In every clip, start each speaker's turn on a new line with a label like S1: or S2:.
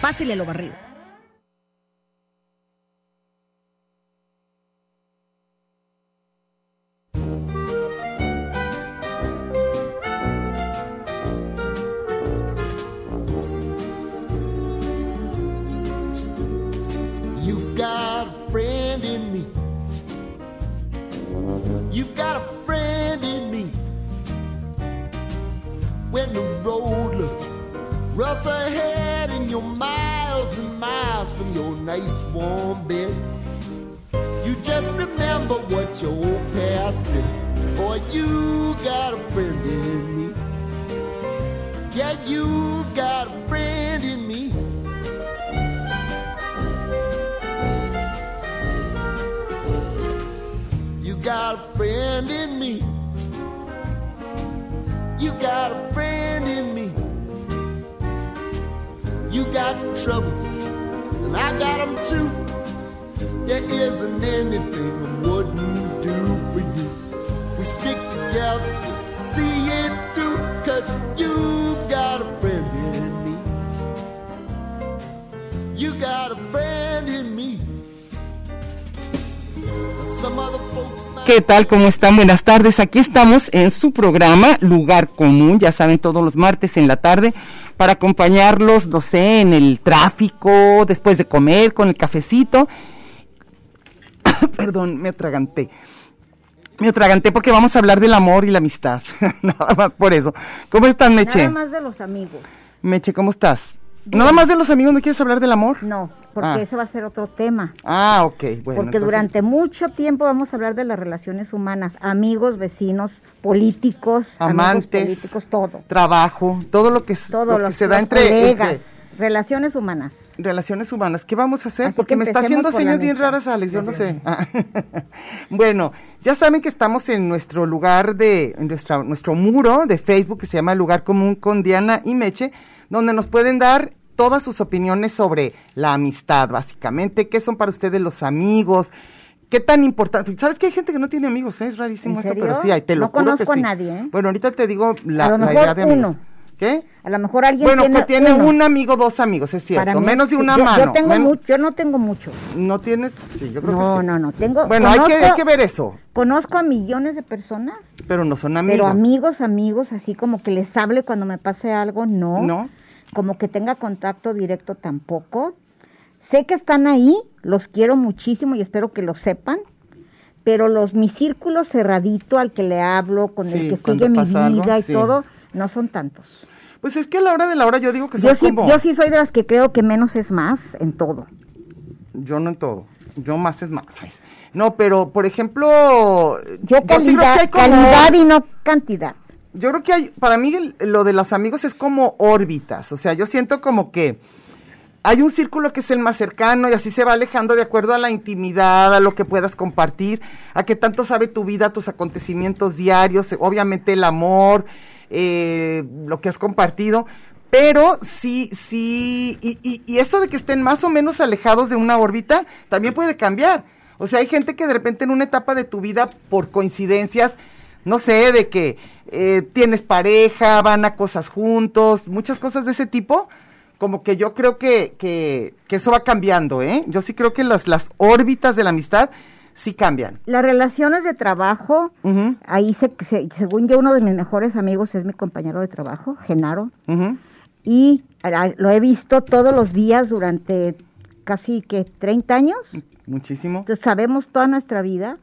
S1: Pásele lo barrido.
S2: You've got a friend in me. You've got a friend in me. When the road looks rough ahead and you're miles and miles from your nice warm bed, you just remember what your old past said. Boy, you got a friend in me. Yeah, you got a friend in me. You got a friend in me. You got a friend in me. You got trouble, and I got 'em too. There isn't anything I wouldn't do for you. We stick together, see it through, cause you got a friend in me. You got a friend in me. Some other folks might.
S3: ¿Qué tal? ¿Cómo están? Buenas tardes. Aquí estamos en su programa Lugar Común, ya saben, todos los martes en la tarde, para acompañarlos, no sé, en el tráfico, después de comer, con el cafecito. Perdón, me atraganté. Me atraganté porque vamos a hablar del amor y la amistad. Nada más por eso. ¿Cómo están, Meche?
S4: Nada más de los amigos.
S3: Meche, ¿cómo estás? Nada más de los amigos, ¿no quieres hablar del amor?
S4: No, porque
S3: Ah.
S4: ese va a ser otro tema.
S3: Ah, ok, bueno.
S4: porque
S3: entonces-
S4: durante mucho tiempo vamos a hablar de las relaciones humanas, amigos, vecinos, políticos, amigos
S3: amantes,
S4: políticos, todo.
S3: trabajo, todo lo que,
S1: Pues
S3: s-
S4: Todo
S3: lo que
S4: los,
S3: se da
S4: los
S3: entre,
S4: colegas,
S3: entre
S4: relaciones humanas.
S3: relaciones humanas. ¿Qué vamos a hacer?
S4: Así
S3: Porque
S4: que
S3: me está
S4: empecemos
S3: haciendo
S4: por la
S3: señas bien
S4: amistad.
S3: raras, Alex, yo no sé. Ah, bueno, ya saben que estamos en nuestro lugar de, en nuestra, nuestro muro de Facebook que se llama Lugar Común con Diana y Meche, donde nos pueden dar todas sus opiniones sobre la amistad, básicamente, qué son para ustedes los amigos. ¿Qué tan importante? ¿Sabes que hay gente que no tiene amigos? eh? Es rarísimo
S4: ¿En
S3: eso, pero
S4: serio?
S3: sí, hay, te lo
S4: No
S3: juro que
S4: conozco a
S3: sí.
S4: nadie, ¿eh?
S3: Bueno, ahorita te digo la,
S4: A lo
S3: la
S4: mejor
S3: idea de amigos.
S4: uno.
S3: ¿Qué?
S4: A lo mejor alguien
S3: Bueno,
S4: tiene,
S3: que tiene
S4: uno.
S3: un amigo, dos amigos, es cierto.
S4: Para mí,
S3: menos de una
S4: yo,
S3: mano.
S4: Yo, tengo
S3: men-
S4: mucho- yo no tengo muchos.
S3: No tienes. Sí, yo creo que
S4: No,
S3: sí.
S4: no, no. Tengo,
S3: Bueno, hay que, hay
S4: conozco-
S3: que ver eso.
S4: Conozco a millones de personas,
S3: Pero no son amigos.
S4: pero amigos, amigos, así como que les hable cuando me pase algo, no.
S3: No.
S4: como que tenga contacto directo tampoco. Sé que están ahí, los quiero muchísimo y espero que lo sepan, pero los mi círculo cerradito al que le hablo, con
S3: Sí,
S4: el que
S3: cuando
S4: sigue mi
S3: pasa
S4: vida
S3: algo,
S4: y
S3: sí.
S4: todo, no son tantos.
S3: Pues es que a la hora de la hora yo digo que son
S4: Yo sí,
S3: Pues como.
S4: yo sí soy de las que creo que menos es más en todo.
S3: Yo no en todo. Yo más es más. No, pero por ejemplo.
S4: Yo
S3: sí creo que
S4: calidad,
S3: hay como-
S4: calidad y no cantidad.
S3: Yo creo que hay, para mí el- lo de los amigos es como órbitas, o sea, yo siento como que hay un círculo que es el más cercano y así se va alejando de acuerdo a la intimidad, a lo que puedas compartir, a qué tanto sabe tu vida, tus acontecimientos diarios, eh, obviamente el amor, eh, lo que has compartido, pero sí, sí, y, y- y eso de que estén más o menos alejados de una órbita también puede cambiar. O sea, hay gente que de repente en una etapa de tu vida, por coincidencias, no sé, de que eh, tienes pareja, van a cosas juntos, muchas cosas de ese tipo, como que yo creo que, que, que eso va cambiando, ¿eh? Yo sí creo que las, las órbitas de la amistad sí cambian.
S4: Las relaciones de trabajo,
S3: Ujú,
S4: ahí se- se- según yo uno de mis mejores amigos es mi compañero de trabajo, Genaro.
S3: ujú.
S4: y a- lo he visto todos los días durante casi que 30 años.
S3: Muchísimo.
S4: Entonces sabemos toda nuestra vida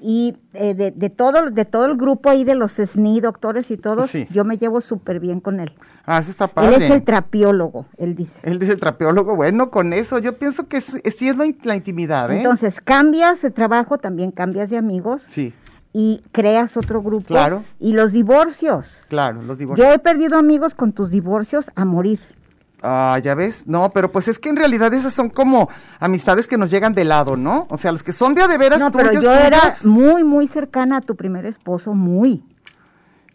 S4: y eh, de, de todo de todo el grupo ahí de los SNI, doctores y todos,
S3: Sí.
S4: yo me llevo súper bien con él.
S3: Ah, eso está padre.
S4: Él es el trapiólogo, él dice.
S3: Él dice el trapeólogo, bueno, con eso, yo pienso que sí, sí es la, in- la intimidad, ¿eh?
S4: Entonces, cambias de trabajo, también cambias de amigos
S3: sí,
S4: y creas otro grupo.
S3: Claro.
S4: Y los divorcios.
S3: claro, los divorcios.
S4: Yo he perdido amigos con tus divorcios a morir.
S3: Ah, ya ves, no, pero pues es que en realidad esas son como amistades que nos llegan de lado, ¿no? O sea, los que son de a de veras
S4: No, pero
S3: tuyos,
S4: yo era
S3: tuyos.
S4: muy, muy cercana a tu primer esposo, muy.
S3: ¿Y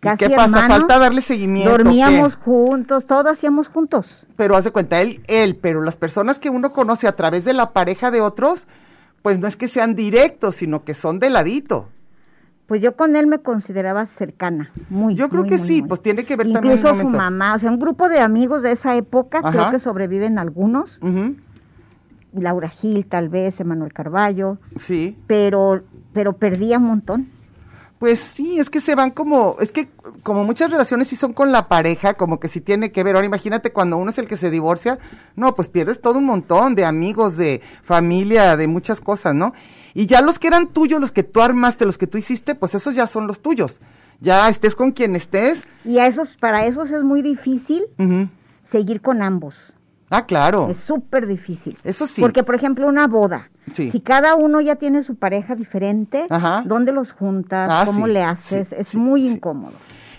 S4: Casi
S3: ¿Qué pasa?
S4: hermano.
S3: Falta darle seguimiento.
S4: Dormíamos
S3: ¿qué?
S4: juntos, todo hacíamos juntos.
S3: Pero hace cuenta, él, él, pero las personas que uno conoce a través de la pareja de otros, pues no es que sean directos, sino que son de ladito.
S4: Pues yo con él me consideraba cercana, muy.
S3: Yo creo
S4: muy,
S3: que
S4: muy,
S3: sí,
S4: muy.
S3: pues tiene que ver también el
S4: Incluso su
S3: momento.
S4: mamá, o sea, un grupo de amigos de esa época,
S3: Ajá.
S4: creo que sobreviven algunos,
S3: Ujú,
S4: Laura Gil tal vez, Emanuel Carballo,
S3: Sí.
S4: pero, pero perdía un montón.
S3: Pues sí, es que se van como, es que como muchas relaciones sí son con la pareja, como que sí tiene que ver. Ahora imagínate cuando uno es el que se divorcia, no, pues pierdes todo un montón de amigos, de familia, de muchas cosas, ¿no? Y ya los que eran tuyos, los que tú armaste, los que tú hiciste, pues esos ya son los tuyos. Ya estés con quien estés.
S4: Y a esos, para esos es muy difícil
S3: ujú.
S4: seguir con ambos.
S3: Ah, claro.
S4: Es súper difícil.
S3: Eso sí.
S4: Porque, por ejemplo, una boda.
S3: Sí.
S4: Si cada uno ya tiene su pareja diferente,
S3: Ajá.
S4: ¿dónde los juntas?
S3: Ah,
S4: ¿Cómo
S3: sí,
S4: le haces?
S3: sí,
S4: es
S3: sí,
S4: muy
S3: sí.
S4: incómodo.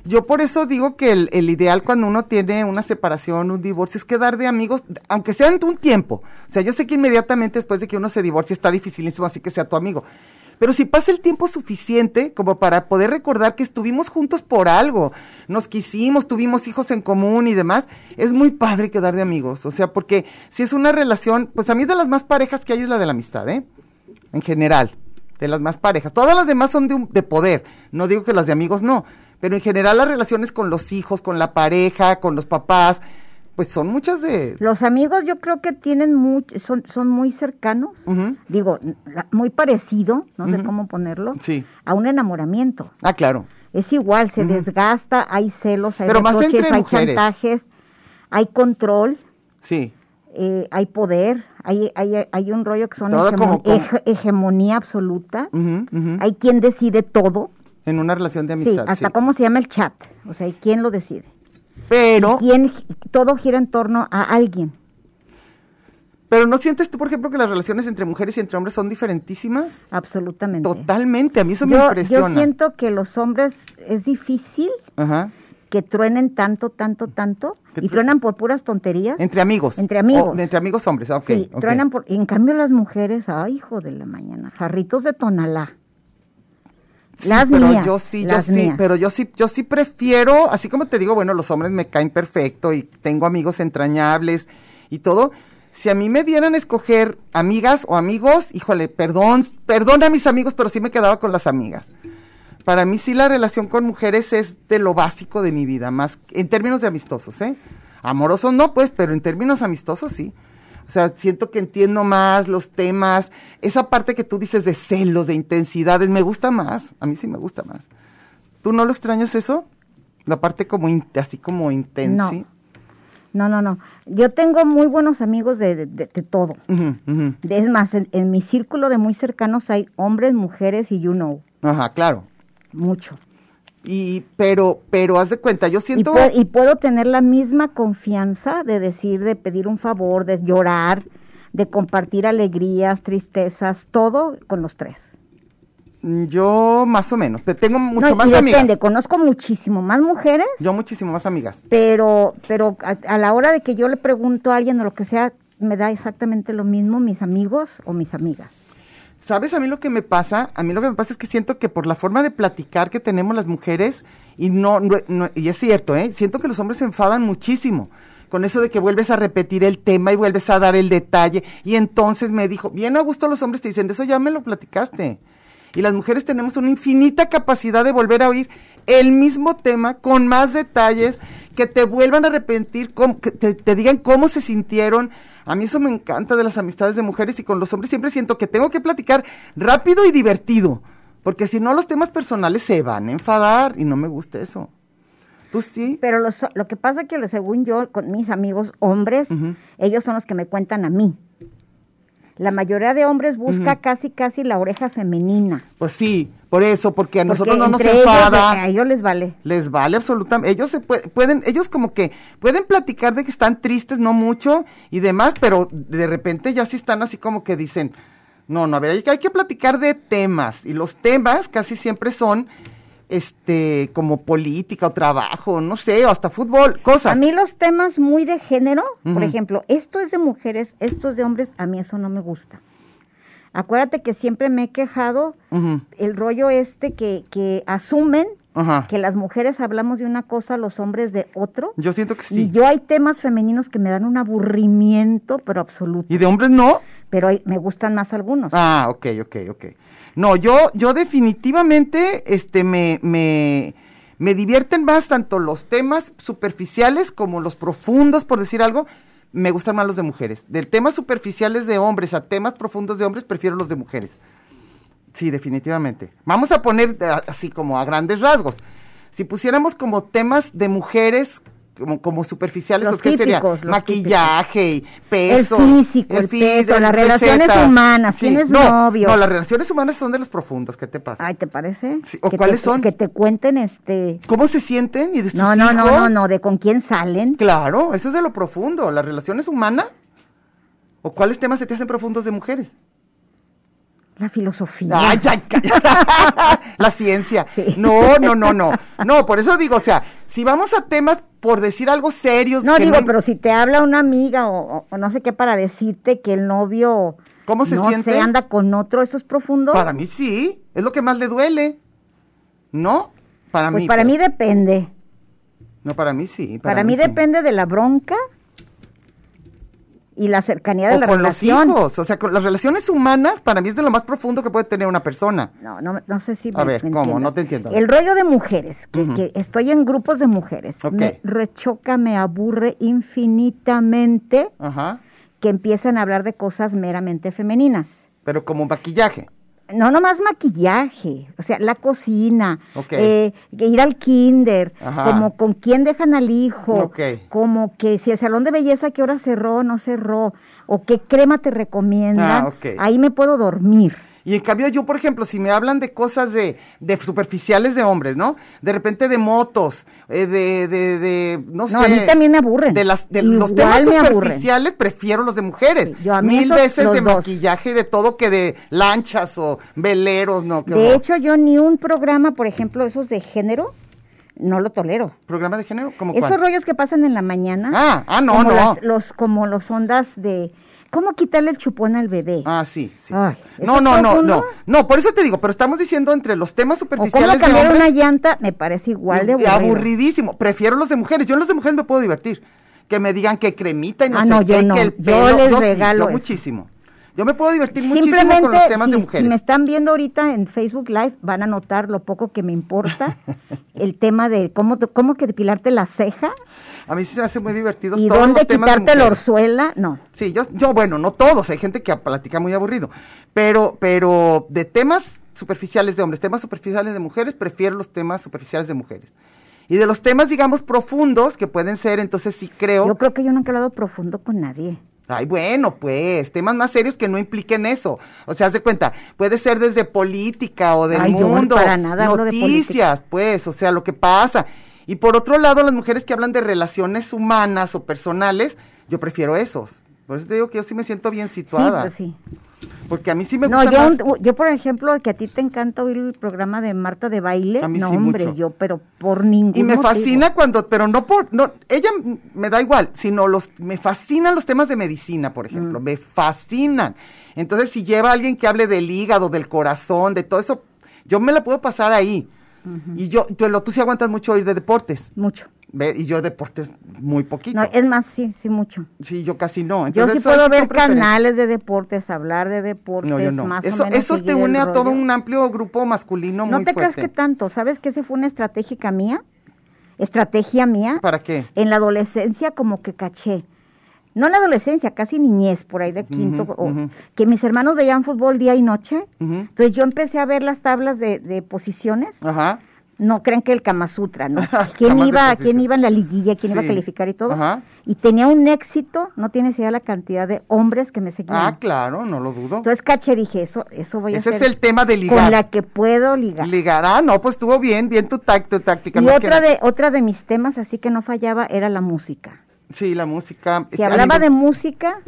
S3: Yo por eso digo que el, el ideal cuando uno tiene una separación, un divorcio, es quedar de amigos, aunque sea en un tiempo. O sea, yo sé que inmediatamente después de que uno se divorcia está dificilísimo, así que sea tu amigo. Pero si pasa el tiempo suficiente como para poder recordar que estuvimos juntos por algo, nos quisimos, tuvimos hijos en común y demás, es muy padre quedar de amigos. O sea, porque si es una relación, pues a mí de las más parejas que hay es la de la amistad, ¿eh? en general, de las más parejas. Todas las demás son de, un- de poder, no digo que las de amigos no, pero en general las relaciones con los hijos, con la pareja, con los papás, pues son muchas de...
S4: Los amigos yo creo que tienen mucho, son, son muy cercanos,
S3: Ujú.
S4: digo, n- la- muy parecido, no sé
S3: Ujú.
S4: cómo ponerlo,
S3: Sí.
S4: a un enamoramiento.
S3: Ah, claro.
S4: Es igual, se desgasta, hay celos, hay
S3: Pero más
S4: reproches,
S3: entre
S4: hay
S3: mujeres.
S4: chantajes, hay control,
S3: Sí,
S4: eh, hay poder, hay, hay, hay un rollo que son
S3: Todo
S4: hegemon-
S3: como- como-
S4: hege- hegemonía absoluta,
S3: Ujú, ujú.
S4: hay quien decide todo,
S3: en una relación de
S4: sí,
S3: amistad.
S4: hasta
S3: sí.
S4: cómo se llama el chat, o sea, hay quien lo decide,
S3: Pero,
S4: quién gi- todo gira en torno a alguien.
S3: pero ¿no sientes tú, por ejemplo, que las relaciones entre mujeres y entre hombres son diferentísimas?
S4: Absolutamente.
S3: Totalmente, a mí eso me
S4: yo,
S3: impresiona.
S4: yo siento que los hombres es difícil
S3: Ajá.
S4: que truenen tanto, tanto, tanto
S3: Mm. Que
S4: y
S3: tru-
S4: truenan por puras tonterías.
S3: Entre amigos.
S4: Entre amigos.
S3: O- entre amigos hombres, ah, ok.
S4: sí,
S3: ok.
S4: truenan por. En cambio, las mujeres, ay, hijo de la mañana, jarritos de tonalá.
S3: Sí,
S4: las
S3: pero
S4: mías,
S3: yo sí,
S4: las
S3: yo sí,
S4: mías.
S3: pero yo sí, yo sí prefiero, así como te digo, bueno, los hombres me caen perfecto y tengo amigos entrañables y todo. Si a mí me dieran a escoger amigas o amigos, híjole, perdón, perdón a mis amigos, pero sí me quedaba con las amigas. Para mí sí la relación con mujeres es de lo básico de mi vida, más en términos de amistosos, ¿eh? Amorosos no, pues, pero en términos amistosos sí. O sea, siento que entiendo más los temas, esa parte que tú dices de celos, de intensidades, me gusta más, a mí sí me gusta más. ¿Tú no lo extrañas eso? La parte como in- así como intensa.
S4: No. No, no, no. Yo tengo muy buenos amigos de, de- de- de todo.
S3: Ujú, ujú.
S4: De- Es más, en, en mi círculo de muy cercanos hay hombres, mujeres y you know,
S3: Ajá, claro.
S4: mucho.
S3: Y pero pero haz de cuenta, yo siento
S4: Y, pue- y puedo tener la misma confianza de decir, de pedir un favor, de llorar, de compartir alegrías, tristezas, todo con los tres.
S3: yo más o menos, pero tengo mucho
S4: No, y
S3: más
S4: depende,
S3: amigas.
S4: conozco muchísimo más mujeres,
S3: Yo muchísimo más amigas.
S4: pero, pero a, a la hora de que yo le pregunto a alguien o lo que sea, me da exactamente lo mismo mis amigos o mis amigas.
S3: ¿Sabes a mí lo que me pasa? A mí lo que me pasa es que siento que por la forma de platicar que tenemos las mujeres, y no, no- no- y es cierto, ¿eh? siento que los hombres se enfadan muchísimo con eso de que vuelves a repetir el tema y vuelves a dar el detalle. Y entonces me dijo, bien a gusto los hombres te dicen, de eso ya me lo platicaste. Y las mujeres tenemos una infinita capacidad de volver a oír el mismo tema con más detalles, que te vuelvan a arrepentir, cómo- que te, te digan cómo se sintieron. A mí eso me encanta de las amistades de mujeres y con los hombres siempre siento que tengo que platicar rápido y divertido, porque si no los temas personales se van a enfadar y no me gusta eso. ¿Tú sí?
S4: Pero los- lo que pasa que según yo, con mis amigos hombres, ellos son los que me cuentan a mí. La mayoría de hombres busca casi, casi la oreja femenina.
S3: Pues sí, por eso, porque a nosotros
S4: Porque
S3: no nos
S4: entre ellos,
S3: enfada.
S4: a ellos les vale.
S3: Les vale absolutamente. Ellos se pue- pueden, ellos como que pueden platicar de que están tristes, no mucho y demás, pero de repente ya sí están así como que dicen, no, no, a ver, hay, que- hay que platicar de temas y los temas casi siempre son, este, como política o trabajo, no sé, o hasta fútbol, cosas.
S4: A mí los temas muy de género, por
S3: Ujú.
S4: ejemplo, esto es de mujeres, esto es de hombres, a mí eso no me gusta. Acuérdate que siempre me he quejado
S3: Ujú,
S4: el rollo este que, que asumen
S3: ajá.
S4: que las mujeres hablamos de una cosa, los hombres de otro.
S3: Ah. Yo siento que
S4: Y
S3: sí.
S4: yo hay temas femeninos que me dan un aburrimiento, pero absoluto.
S3: ¿Y de hombres no?
S4: Pero hay- me gustan más algunos.
S3: Ah, ok, ok, ok. No, yo, yo definitivamente, este, me, me, me divierten más tanto los temas superficiales como los profundos, por decir algo, me gustan más los de mujeres. De temas superficiales de hombres a temas profundos de hombres, prefiero los de mujeres. Sí, definitivamente. Vamos a poner eh, así como a grandes rasgos. Si pusiéramos como temas de mujeres, como, como superficiales,
S4: Los
S3: pues, ¿qué sería?
S4: típicos, los
S3: Maquillaje, y peso.
S4: físico, el peso, las relaciones humanas, tienes
S3: no,
S4: novio.
S3: No, las relaciones humanas son de los profundos, ¿qué te pasa?
S4: Ay, ¿te parece?
S3: Sí, ¿o
S4: que
S3: cuáles
S4: te,
S3: son?
S4: Que te cuenten este...
S3: ¿Cómo se sienten? ¿Y de sus
S4: No, no, no,
S3: hijos?
S4: no, no, de con quién salen.
S3: Claro, eso es de lo profundo. ¿Las relaciones humanas? ¿O cuáles temas se te hacen profundos de mujeres?
S4: La filosofía.
S3: Ay, ay, ca- la ciencia.
S4: Sí.
S3: No, no, no, no. No, por eso digo, o sea, si vamos a temas, por decir algo serios.
S4: No
S3: que
S4: digo, pero si te habla una amiga o, o- o no sé qué para decirte que el novio
S3: ¿Cómo se
S4: no
S3: siente?
S4: sé, anda con otro, eso es profundo.
S3: Para mí sí, es lo que más le duele. ¿No? Para
S4: pues
S3: mí.
S4: para
S3: pues.
S4: mí depende.
S3: No, para mí sí.
S4: Para, mí,
S3: sí.
S4: depende de la bronca y la cercanía de
S3: o
S4: la
S3: con
S4: relación.
S3: los hijos. O sea, con las relaciones humanas, para mí es de lo más profundo que puede tener una persona.
S4: No, no, no sé si
S3: A ver, ¿cómo?
S4: entiendas.
S3: No te entiendo.
S4: El rollo de mujeres, que,
S3: Ujú.
S4: que estoy en grupos de mujeres,
S3: Ok.
S4: me rechoca, me aburre infinitamente
S3: Ajá.
S4: que empiezan a hablar de cosas meramente femeninas.
S3: Pero como maquillaje.
S4: No nomás maquillaje, o sea, la cocina,
S3: Ok.
S4: eh, ir al kinder,
S3: Ajá.
S4: como con quién dejan al hijo,
S3: Ok.
S4: como que si el salón de belleza a qué hora cerró, no cerró, o qué crema te recomiendan,
S3: Ah, ok.
S4: ahí me puedo dormir.
S3: Y en cambio yo, por ejemplo, si me hablan de cosas de, de superficiales de hombres, ¿no? De repente de motos, eh, de, de, de, no sé.
S4: No, a mí también me aburren.
S3: De, las, de
S4: Igual
S3: los temas
S4: me aburren.
S3: superficiales prefiero los de mujeres.
S4: Sí, yo a mí
S3: Mil
S4: esos,
S3: veces
S4: los
S3: de
S4: dos.
S3: maquillaje y de todo que de lanchas o veleros, ¿no? Qué
S4: De
S3: horror.
S4: hecho, yo ni un programa, por ejemplo, esos de género, no lo tolero.
S3: ¿Programa de género? ¿Cómo
S4: Esos
S3: cuál?
S4: rollos que pasan en la mañana.
S3: Ah, ah, no,
S4: como
S3: no.
S4: las- los, como los ondas de cómo quitarle el chupón al bebé.
S3: Ah, sí, sí.
S4: Ay, ¿eso
S3: no, no,
S4: es
S3: no,
S4: profundo?
S3: no. No, por eso te digo, pero estamos diciendo entre los temas
S4: o cómo
S3: superficiales de
S4: cambiar una
S3: hombres.
S4: llanta, me parece igual de
S3: Y- y
S4: aburrido.
S3: aburridísimo. Prefiero los de mujeres. Yo en los de mujeres me puedo divertir. Que me digan que cremita y no
S4: Ah,
S3: sé
S4: no,
S3: qué,
S4: yo
S3: y
S4: no.
S3: que el
S4: Yo
S3: pelo.
S4: les
S3: sí,
S4: regalo
S3: yo
S4: eso.
S3: muchísimo. Yo me puedo divertir muchísimo
S4: Simplemente,
S3: con los temas
S4: si,
S3: de
S4: si
S3: mujeres.
S4: me están viendo ahorita en Facebook Live, van a notar lo poco que me importa el tema de cómo, cómo que depilarte la ceja
S3: A mí sí se me hace muy divertido
S4: y
S3: todos
S4: dónde
S3: los temas de
S4: quitarte la
S3: mujeres.
S4: orzuela. No,
S3: Sí, yo, yo, bueno, no todos. Hay gente que platica muy aburrido. Pero, pero de temas superficiales de hombres, temas superficiales de mujeres, prefiero los temas superficiales de mujeres. Y de los temas, digamos, profundos, que pueden ser, entonces sí creo...
S4: yo creo que yo nunca he hablado profundo con nadie.
S3: Ay, bueno, pues, temas más serios que no impliquen eso. O sea, haz de cuenta, puede ser desde política o del
S4: Ay, yo
S3: mundo,
S4: para nada hablo de
S3: noticias, pues, o sea, lo que pasa. Y por otro lado, las mujeres que hablan de relaciones humanas o personales, yo prefiero esos. Por eso te digo que yo sí me siento bien situada.
S4: Sí, pues sí.
S3: Porque a mí sí me
S4: No,
S3: gusta
S4: yo,
S3: más-
S4: yo, por ejemplo, que a ti te encanta oír el programa de Marta de Baile.
S3: A mí
S4: no,
S3: sí,
S4: hombre,
S3: mucho.
S4: yo, pero por ningún
S3: Y me
S4: motivo.
S3: fascina cuando, pero no por, no, ella m- me da igual, sino los, me fascinan los temas de medicina, por ejemplo,
S4: Mm.
S3: me fascinan. Entonces, si lleva a alguien que hable del hígado, del corazón, de todo eso, yo me la puedo pasar ahí. Y yo, tú, lo- tú sí aguantas mucho ir de deportes,
S4: Mucho.
S3: ¿ve? y yo deportes muy poquito.
S4: No, es más, sí, sí, mucho.
S3: Sí, yo casi no.
S4: Yo
S3: Entonces,
S4: sí
S3: eso
S4: puedo
S3: es- son
S4: ver
S3: preferencias.
S4: canales de deportes, hablar de deportes,
S3: No, yo no.
S4: más
S3: Eso,
S4: o menos.
S3: eso te
S4: seguir el
S3: une a todo
S4: rollo.
S3: un amplio grupo masculino
S4: No
S3: muy
S4: te
S3: fuerte.
S4: creas que tanto, ¿sabes que esa fue una estratégica mía? Estrategia mía.
S3: ¿Para qué?
S4: En la adolescencia como que caché. No en la adolescencia, casi niñez, por ahí de quinto,
S3: Ujú,
S4: o-
S3: ujú.
S4: que mis hermanos veían fútbol día y noche.
S3: Ujú.
S4: Entonces yo empecé a ver las tablas de, de posiciones
S3: Ajá.
S4: No crean que el Kama Sutra, ¿no? ¿Quién
S3: Jamás
S4: iba,
S3: deshacerse.
S4: quién iba en la liguilla, quién iba a
S3: Sí.
S4: calificar y todo?
S3: Ajá.
S4: Y tenía un éxito, no tienes idea la cantidad de hombres que me seguían.
S3: Ah, claro, no lo dudo.
S4: Entonces, caché, dije, eso, eso voy a
S3: Ese
S4: hacer.
S3: es el tema de ligar.
S4: Con la que puedo ligar.
S3: Ligar, ah, no, pues estuvo bien, bien tu tacto, táctica.
S4: y
S3: más que
S4: otra
S3: nada.
S4: de, otra de mis temas, así que no fallaba, era la música.
S3: Sí, la música.
S4: Si hablaba de
S3: Amigos,
S4: música,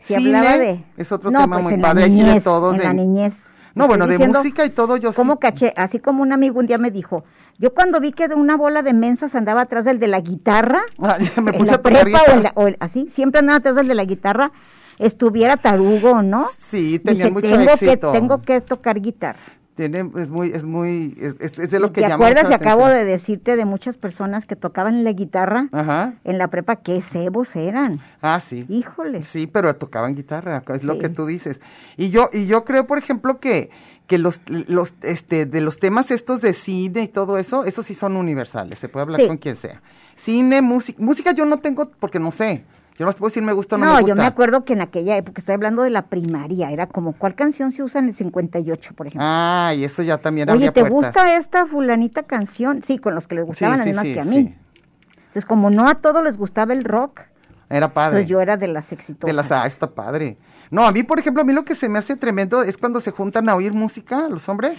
S4: si
S3: Cine
S4: hablaba de...
S3: es otro
S4: No,
S3: tema
S4: pues
S3: muy
S4: en la
S3: padre, así de
S4: niñez,
S3: todos.
S4: En la
S3: en-
S4: niñez.
S3: No,
S4: Estoy
S3: bueno, de
S4: diciendo
S3: música y todo yo
S4: ¿Cómo
S3: sí.
S4: caché? Así como un amigo un día me dijo, yo cuando vi que de una bola de mensas andaba atrás del de la guitarra,
S3: Ah, ya me
S4: en
S3: puse
S4: la
S3: a tocar
S4: prepa
S3: guitarra.
S4: o en la- o el- así, siempre andaba atrás del de la guitarra, estuviera tarugo o no.
S3: Sí, tenía
S4: dije,
S3: mucho
S4: tengo
S3: éxito.
S4: Que, tengo que tocar guitarra.
S3: Tiene, es muy, es muy, es, es- es de lo que
S4: ¿Te
S3: llama
S4: acuerdas
S3: mucho
S4: que
S3: la
S4: acabo
S3: atención. Ah.
S4: de decirte de muchas personas que tocaban la guitarra
S3: Ajá,
S4: en la prepa? ¿Qué cebos eran?
S3: ah, sí.
S4: Híjoles.
S3: Sí, pero tocaban guitarra, es lo
S4: Sí.
S3: que tú dices. Y yo y yo creo, por ejemplo, que que los los este de los temas estos de cine y todo eso, esos sí son universales, se puede hablar
S4: Sí.
S3: con quien sea. Cine, música, música yo no tengo porque no sé. Yo no te puedo decir me gusta o no,
S4: no,
S3: me
S4: yo
S3: gusta.
S4: me acuerdo que en aquella época, estoy hablando de la primaria, era como, ¿cuál canción se usa en el 58, por ejemplo?
S3: Ah, y eso ya también
S4: Oye,
S3: abría
S4: ¿te
S3: puertas.
S4: gusta esta fulanita canción? Sí, con los que les gustaban
S3: sí,
S4: además
S3: sí,
S4: que a
S3: sí.
S4: mí. Entonces, como no a todos les gustaba el rock,
S3: Era padre.
S4: pues yo era de las exitosas.
S3: De las, ah, está padre. No, a mí, por ejemplo, a mí lo que se me hace tremendo es cuando se juntan a oír música los hombres.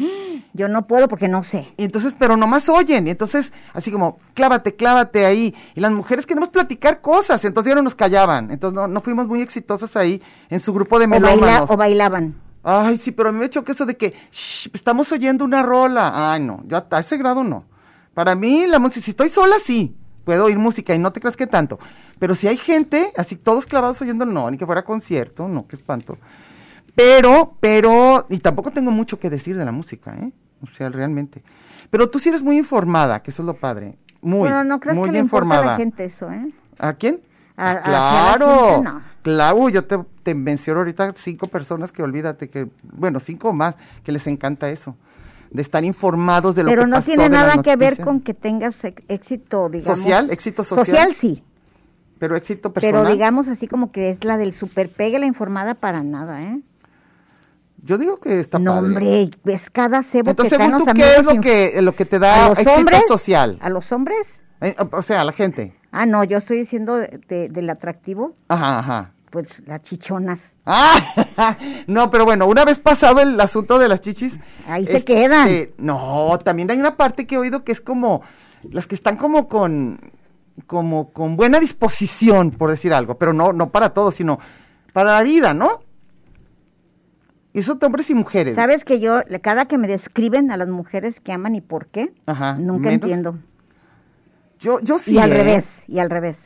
S4: Yo no puedo porque no sé.
S3: Y entonces, pero nomás oyen. Y entonces, así como, clávate, clávate ahí. Y las mujeres queremos platicar cosas. Entonces ya no nos callaban. Entonces no, no fuimos muy exitosas ahí en su grupo de
S4: O, baila-
S3: melómanos.
S4: o bailaban.
S3: Ay, sí, pero a mí me choca eso de que "Shh, estamos oyendo una rola. Ay, no, yo hasta ese grado no. Para mí, la música, si estoy sola, sí, puedo oír música y no te creas que tanto. Pero si hay gente, así todos clavados oyendo, no, ni que fuera concierto, no, qué espanto. Pero, pero, y tampoco tengo mucho que decir de la música, ¿eh? O sea, realmente. Pero tú sí eres muy informada, que eso es lo padre. Muy,
S4: bueno, no creas
S3: muy
S4: que le
S3: informada.
S4: importa a la gente eso, ¿eh?
S3: ¿A quién?
S4: A-
S3: Ah,
S4: hacia la
S3: claro,
S4: gente, no.
S3: claro, uy, yo te, te menciono ahorita cinco personas que olvídate que, bueno, cinco o más, que les encanta eso, de estar informados de lo
S4: Pero
S3: que
S4: no
S3: pasó,
S4: tiene
S3: de las
S4: nada que ver
S3: noticias.
S4: con que tengas ex- éxito, digamos.
S3: Social, éxito social.
S4: Social sí,
S3: Pero éxito personal.
S4: pero digamos así como que es la del superpegue, la informada para nada, ¿eh?
S3: yo digo que está
S4: no,
S3: padre.
S4: hombre, ves cada cebo
S3: Entonces,
S4: que traen
S3: según tú,
S4: los
S3: ¿qué es
S4: amigos
S3: lo
S4: inf-
S3: que, lo que te
S4: a
S3: da
S4: los
S3: éxito
S4: hombres,
S3: social?
S4: A los hombres.
S3: Eh, o sea, a la gente.
S4: Ah, no, yo estoy diciendo de- de- del atractivo,
S3: Ajá, ajá.
S4: pues las chichonas.
S3: Ah, no, pero bueno, una vez pasado el asunto de las chichis. este,
S4: Ahí se quedan.
S3: No, también hay una parte que he oído que es como las que están como con como con buena disposición, por decir algo, pero no no para todos, sino para la vida, ¿no? Y eso de hombres y mujeres.
S4: ¿Sabes que yo, le- cada que me describen a las mujeres que aman y por qué,
S3: Ajá,
S4: nunca
S3: menos.
S4: entiendo.
S3: Yo yo sí.
S4: y al
S3: ¿eh?
S4: revés, y al revés.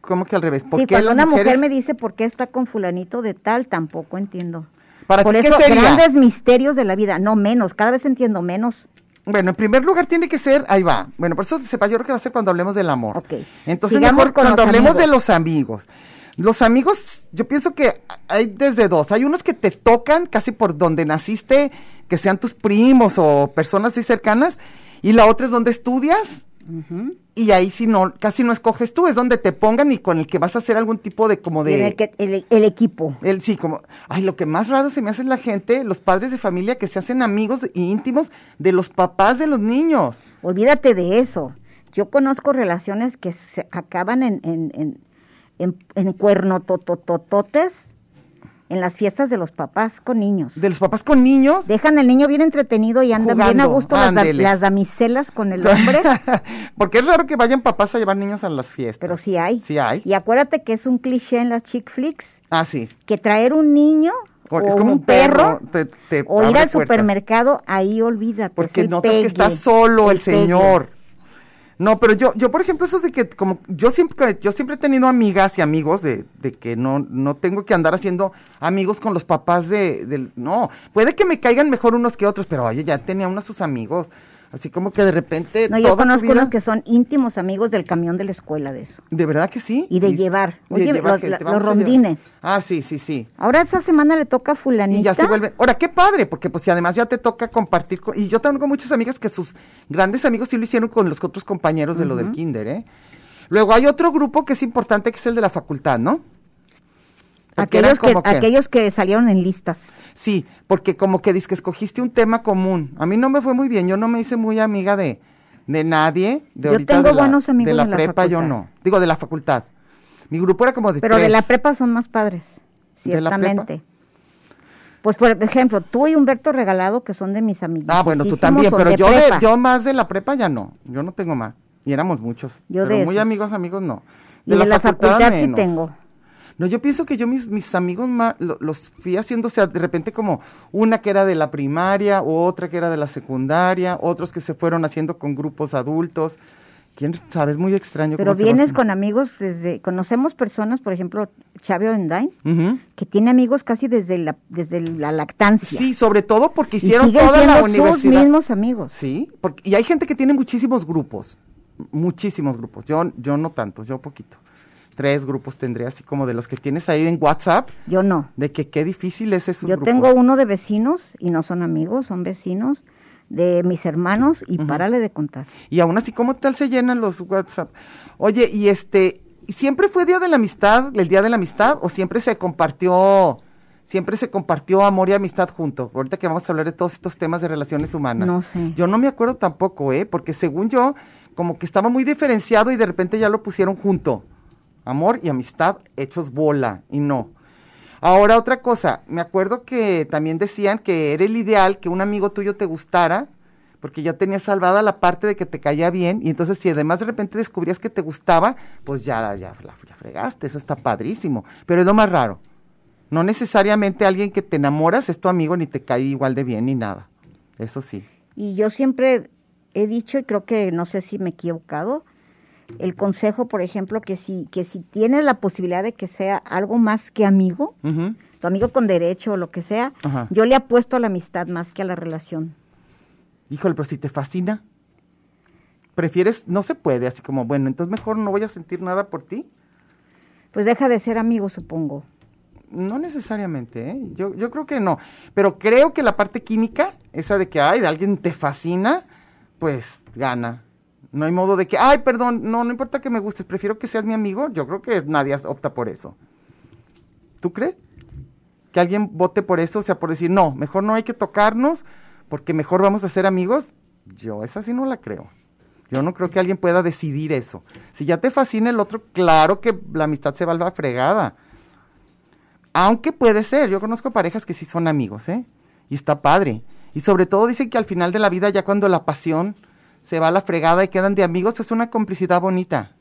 S3: ¿Cómo que al revés? ¿Por
S4: Sí,
S3: qué
S4: cuando
S3: las
S4: una
S3: mujeres-
S4: mujer me dice por qué está con fulanito de tal, tampoco entiendo.
S3: ¿Para
S4: por
S3: ti qué
S4: eso,
S3: sería?
S4: grandes misterios de la vida, no menos, cada vez entiendo menos.
S3: Bueno, en primer lugar tiene que ser, ahí va. Bueno, por eso sepa, yo creo que va a ser cuando hablemos del amor.
S4: Ok.
S3: Entonces,
S4: Sigamos
S3: mejor
S4: con
S3: cuando
S4: los
S3: hablemos de
S4: amigos.
S3: los amigos. Los amigos, yo pienso que hay desde dos. Hay unos que te tocan casi por donde naciste, que sean tus primos o personas así cercanas, y la otra es donde estudias. Y ahí si no, casi no escoges tú, es donde te pongan y con el que vas a hacer algún tipo de como de
S4: Y en el, que- el- el equipo.
S3: el sí, como, ay, lo que más raro se me hace es la gente, los padres de familia que se hacen amigos y íntimos de los papás de los niños.
S4: Olvídate de eso. Yo conozco relaciones que se acaban en, en, en, en, en cuernototototes en las fiestas de los papás con niños.
S3: De los papás con niños.
S4: Dejan al niño bien entretenido y andan bien a
S3: Jugando,
S4: gusto las, da-
S3: ándeles.
S4: las damiselas con el hombre,
S3: Porque es raro que vayan papás a llevar niños a las fiestas.
S4: pero sí hay.
S3: Sí hay.
S4: Y acuérdate que es un cliché en las chick flicks
S3: Ah, sí.
S4: que traer un niño
S3: O-
S4: o,
S3: es como
S4: un,
S3: un perro,
S4: perro,
S3: te- te
S4: o ir
S3: abre
S4: al
S3: puertas.
S4: supermercado, ahí olvídate.
S3: Porque
S4: es el
S3: notas que está
S4: pegue,
S3: solo el,
S4: pegue.
S3: señor. No, pero yo, yo por ejemplo, eso de que como yo siempre, yo siempre he tenido amigas y amigos de, de que no, no tengo que andar haciendo amigos con los papás de, del- no, puede que me caigan mejor unos que otros, pero oye, ya tenía unos sus amigos, así como que de repente
S4: No,
S3: toda
S4: yo
S3: tu
S4: conozco
S3: vida-
S4: unos que son íntimos amigos del camión de la escuela de eso.
S3: de verdad que sí
S4: y de llevar. Oye, los-
S3: que
S4: la-
S3: te
S4: los
S3: vamos a llevar.
S4: rondines.
S3: Ah, sí, sí, sí.
S4: Ahora esta semana le toca a fulanita.
S3: Y ya se vuelven. Ahora, qué padre, porque pues si además ya te toca compartir. con- y yo tengo muchas amigas que sus grandes amigos sí lo hicieron con los otros compañeros de lo del kinder, ¿eh? Luego hay otro grupo que es importante, que es el de la facultad, ¿no? Porque eran
S4: Aquellos que,
S3: como que-
S4: aquellos que salieron en listas.
S3: Sí, porque como que dices que escogiste un tema común. A mí no me fue muy bien, yo no me hice muy amiga de, de nadie. De
S4: Yo
S3: ahorita
S4: tengo
S3: de la,
S4: buenos amigos
S3: de la
S4: de la
S3: prepa, yo
S4: facultad.
S3: no. Digo, de la facultad. Mi grupo era como de
S4: Pero de
S3: tres.
S4: la prepa son más padres,
S3: ¿De la prepa?
S4: ciertamente. Pues por ejemplo, tú y Humberto Regalado, que son de mis amigos.
S3: Ah, bueno, tú también, pero yo, de- yo más de la prepa ya no. Yo no tengo más. Y éramos muchos.
S4: Yo
S3: pero
S4: de
S3: muy
S4: esos.
S3: amigos, amigos no.
S4: y de la, facultad, sí
S3: menos.
S4: tengo.
S3: No, yo pienso que yo mis, mis amigos ma- lo- los fui haciendo, o sea, de repente como una que era de la primaria, otra que era de la secundaria, otros que se fueron haciendo con grupos adultos. ¿Quién sabe? Es muy extraño.
S4: Pero
S3: cómo se
S4: vienes
S3: va
S4: con amigos desde, conocemos personas, por ejemplo, Xavi Orendain,
S3: haciendo. Ujú.
S4: que tiene amigos casi desde la, desde la lactancia.
S3: Sí, sobre todo porque
S4: Y
S3: hicieron
S4: siguen
S3: toda
S4: siendo
S3: la
S4: sus
S3: universidad.
S4: mismos amigos.
S3: Sí, porque, y hay gente que tiene muchísimos grupos, muchísimos grupos. Yo, yo no tantos, yo poquito. Tres grupos tendré, así como de los que tienes ahí en WhatsApp,
S4: Yo no.
S3: de que qué difícil es esos
S4: Yo
S3: grupos.
S4: tengo uno de vecinos y no son amigos, son vecinos de mis hermanos y párale de contar.
S3: Y aún así, ¿cómo tal se llenan los WhatsApp? Oye, y este, ¿siempre fue Día de la Amistad, el Día de la Amistad, o siempre se compartió, siempre se compartió amor y amistad junto? Ahorita que vamos a hablar de todos estos temas de relaciones humanas.
S4: No sé.
S3: Yo no me acuerdo tampoco, ¿eh? Porque según yo, como que estaba muy diferenciado y de repente ya lo pusieron junto. Amor y amistad hechos bola, y no. Ahora otra cosa, me acuerdo que también decían que era el ideal que un amigo tuyo te gustara, porque ya tenías salvada la parte de que te caía bien, y entonces si además de repente descubrías que te gustaba, pues ya, ya, la- ya fregaste, eso está padrísimo, pero es lo más raro. No necesariamente alguien que te enamoras es tu amigo ni te cae igual de bien ni nada. Eso sí.
S4: Y yo siempre he dicho, y creo que no sé si me he equivocado, el consejo, por ejemplo, que si, que si tienes la posibilidad de que sea algo más que amigo,
S3: Ujú.
S4: tu amigo con derecho o lo que sea,
S3: Ajá.
S4: yo le apuesto a la amistad más que a la relación.
S3: Híjole, pero si te fascina, prefieres, no se puede, así como, bueno, entonces mejor no voy a sentir nada por ti.
S4: Pues deja de ser amigo, supongo.
S3: No necesariamente, ¿eh? yo, yo creo que no. Pero creo que la parte química, esa de que, ay, de alguien te fascina, pues gana. No hay modo de que, ay, perdón, no, no importa que me gustes, prefiero que seas mi amigo. Yo creo que nadie as- opta por eso. ¿Tú crees? Que alguien vote por eso, o sea, por decir, no, mejor no hay que tocarnos, porque mejor vamos a ser amigos. Yo esa sí no la creo. Yo no creo que alguien pueda decidir eso. Si ya te fascina el otro, claro que la amistad se va a la fregada. Aunque puede ser, yo conozco parejas que sí son amigos, ¿eh? Y está padre. Y sobre todo dicen que al final de la vida, ya cuando la pasión se va a la fregada y quedan de amigos, es una complicidad bonita.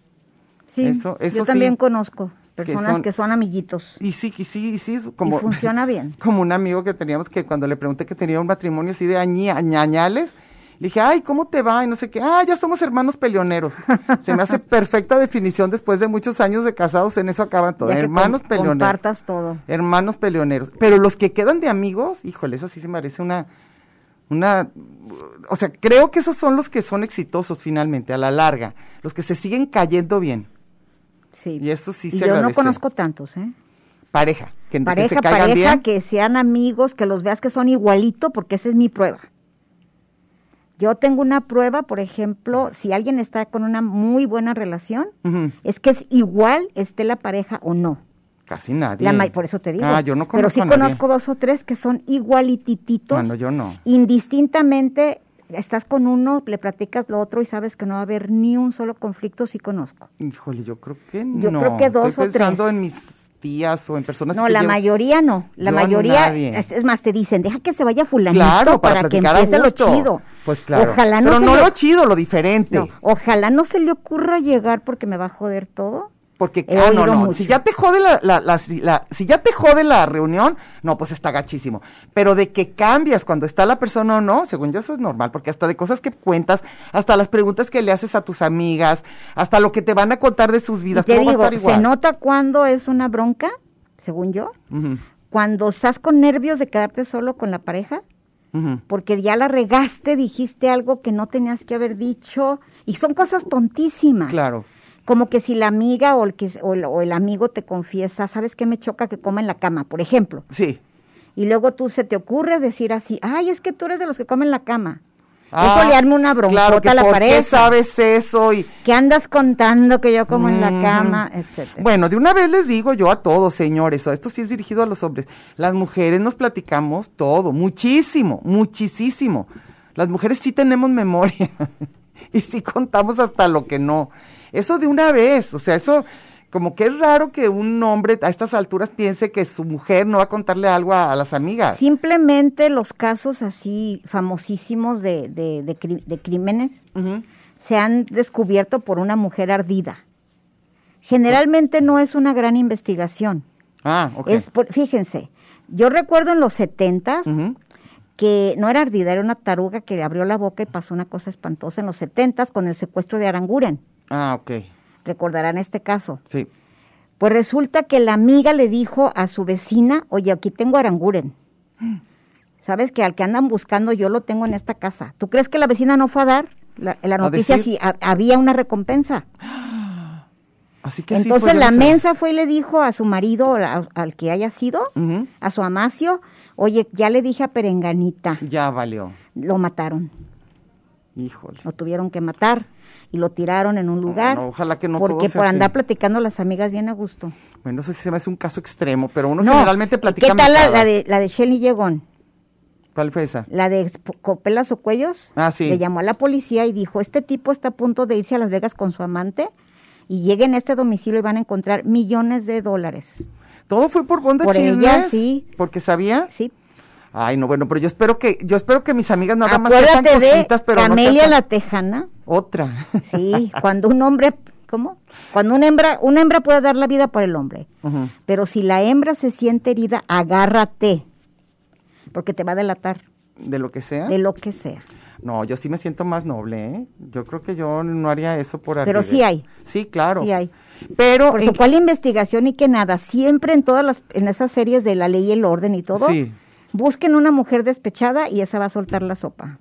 S4: Sí,
S3: Eso- eso
S4: yo
S3: sí.
S4: también conozco personas que
S3: son-
S4: son, amiguitos
S3: Y sí, y sí, y sí, es
S4: y
S3: como,
S4: funciona bien.
S3: como un amigo que teníamos que cuando le pregunté que tenía un matrimonio así de añi- añañales, le dije, ay, ¿cómo te va? Y no sé qué, ah, ya somos hermanos peleoneros. Se me hace perfecta definición después de muchos años de casados, en eso acaban todos.
S4: Ya que
S3: Hermanos
S4: com-
S3: peleoneros.
S4: Compartas todo.
S3: hermanos peleoneros. Pero los que quedan de amigos, híjole, eso sí se me parece una, una, o sea, creo que esos son los que son exitosos finalmente, a la larga, los que se siguen cayendo bien.
S4: Sí.
S3: Y eso sí
S4: Y
S3: se
S4: yo no
S3: agradece.
S4: conozco tantos, ¿eh?
S3: Pareja, que, que se
S4: Pareja,
S3: caigan
S4: pareja,
S3: bien.
S4: que sean amigos, que los veas que son igualito, porque esa es mi prueba. Yo tengo una prueba, por ejemplo, si alguien está con una muy buena relación,
S3: Ujú,
S4: es que es igual esté la pareja o no.
S3: Casi nadie.
S4: La ma- por eso te digo.
S3: Ah, yo no conozco
S4: Pero sí
S3: a nadie.
S4: conozco dos o tres que son igualitititos.
S3: Ah, no, yo no.
S4: Indistintamente, estás con uno, le platicas lo otro y sabes que no va a haber ni un solo conflicto, sí conozco.
S3: Híjole, yo creo que no.
S4: Yo creo que dos
S3: Estoy
S4: o
S3: pensando
S4: tres.
S3: en mis tías o en personas
S4: No,
S3: que
S4: la
S3: llevo-
S4: mayoría no. La
S3: Yo a
S4: mayoría,
S3: nadie.
S4: es, es más, te dicen, deja que se vaya fulanito
S3: Claro, para,
S4: para, que
S3: platicar a
S4: empiece lo
S3: gusto.
S4: chido.
S3: Pues claro.
S4: Ojalá no
S3: Pero
S4: se
S3: no
S4: le-
S3: lo chido, lo diferente.
S4: No, ojalá no se le ocurra llegar porque me va a joder todo.
S3: Porque,
S4: He
S3: ah, no,
S4: oído
S3: no,
S4: mucho.
S3: si ya te jode la, la- la- si, la- si ya te jode la reunión, no, pues está gachísimo. Pero de que cambias cuando está la persona o no, según yo eso es normal, porque hasta de cosas que cuentas, hasta las preguntas que le haces a tus amigas, hasta lo que te van a contar de sus
S4: Y
S3: vidas,
S4: te
S3: ¿cómo va a
S4: digo,
S3: estar igual?
S4: se nota cuando es una bronca, según yo,
S3: Ujú,
S4: cuando estás con nervios de quedarte solo con la pareja,
S3: ujú.
S4: porque ya la regaste, dijiste algo que no tenías que haber dicho, y son cosas tontísimas.
S3: Claro.
S4: Como que si la amiga o el, que, o el, o el amigo te confiesa, ¿sabes qué me choca que coma en la cama, por ejemplo?
S3: Sí.
S4: Y luego tú se te ocurre decir así, ay, es que tú eres de los que comen la cama.
S3: Ah,
S4: eso le arma una bronca
S3: claro, que
S4: a la
S3: ¿por
S4: pareja.
S3: qué sabes eso? Y,
S4: Que andas contando que yo como en la
S3: Ujú.
S4: cama, etcétera.
S3: Bueno, de una vez les digo yo a todos, señores, o esto sí es dirigido a los hombres. Las mujeres nos platicamos todo, muchísimo, muchhisísimo. Las mujeres sí tenemos memoria y sí contamos hasta lo que no. Eso de una vez, o sea, eso como que es raro que un hombre a estas alturas piense que su mujer no va a contarle algo a, a las amigas.
S4: Simplemente los casos así famosísimos de, de- de cri- de crímenes
S3: Ujú.
S4: se han descubierto por una mujer ardida. Generalmente no es una gran investigación.
S3: Ah, ok.
S4: Es por- fíjense, yo recuerdo en los setentas
S3: Ujú.
S4: que no era ardida, era una taruga que le abrió la boca y pasó una cosa espantosa en los setentas con el secuestro de Aranguren.
S3: Ah, ok.
S4: Recordarán este caso.
S3: Sí.
S4: Pues resulta que la amiga le dijo a su vecina, oye, aquí tengo aranguren.
S3: Mm.
S4: ¿Sabes que al que andan buscando yo lo tengo en esta casa? ¿Tú crees que la vecina no fue a dar la, la noticia
S3: decir?
S4: si ha- había una recompensa?
S3: Así que sí fue
S4: Entonces la
S3: grosera.
S4: mensa fue y le dijo a su marido, o la- al que haya sido,
S3: Ujú.
S4: a su Amacio, oye, ya le dije a Perenganita,
S3: Ya valió.
S4: lo mataron,
S3: Híjole.
S4: lo tuvieron que matar y lo tiraron en un lugar.
S3: Bueno, ojalá que no todo
S4: Porque
S3: sea
S4: por
S3: así.
S4: andar platicando las amigas bien a gusto.
S3: Bueno, eso sí se me hace un caso extremo, pero uno
S4: No,
S3: generalmente platica.
S4: ¿Qué tal la,
S3: mensadas.
S4: la de, la de Shelly Llegón?
S3: ¿Cuál fue esa?
S4: La de Expo- Copelas o Cuellos.
S3: Ah, sí.
S4: Le llamó a la policía y dijo, este tipo está a punto de irse a Las Vegas con su amante y lleguen a este domicilio y van a encontrar millones de dólares.
S3: Todo fue por bonda
S4: Por
S3: chismes.
S4: ella, sí.
S3: Porque sabía.
S4: Sí.
S3: Ay, no, bueno, pero yo espero que yo espero que mis amigas nada más sepan
S4: Acuérdate de
S3: cositas, pero no
S4: Camelia
S3: sepan-
S4: la Tejana.
S3: otra.
S4: Sí, cuando un hombre, ¿cómo? Cuando una hembra, una hembra puede dar la vida por el hombre.
S3: Ujú.
S4: Pero si la hembra se siente herida, agárrate. Porque te va a delatar,
S3: De lo que sea.
S4: de lo que sea.
S3: No, yo sí me siento más noble, ¿eh? Yo creo que yo no haría eso por
S4: Pero
S3: ardidez.
S4: sí hay.
S3: Sí, claro.
S4: Sí hay.
S3: Pero
S4: Por
S3: en-
S4: eso, ¿cuál investigación y que nada? Siempre en todas las, en esas series de la ley y el orden y todo,
S3: Sí.
S4: busquen una mujer despechada y esa va a soltar la sopa.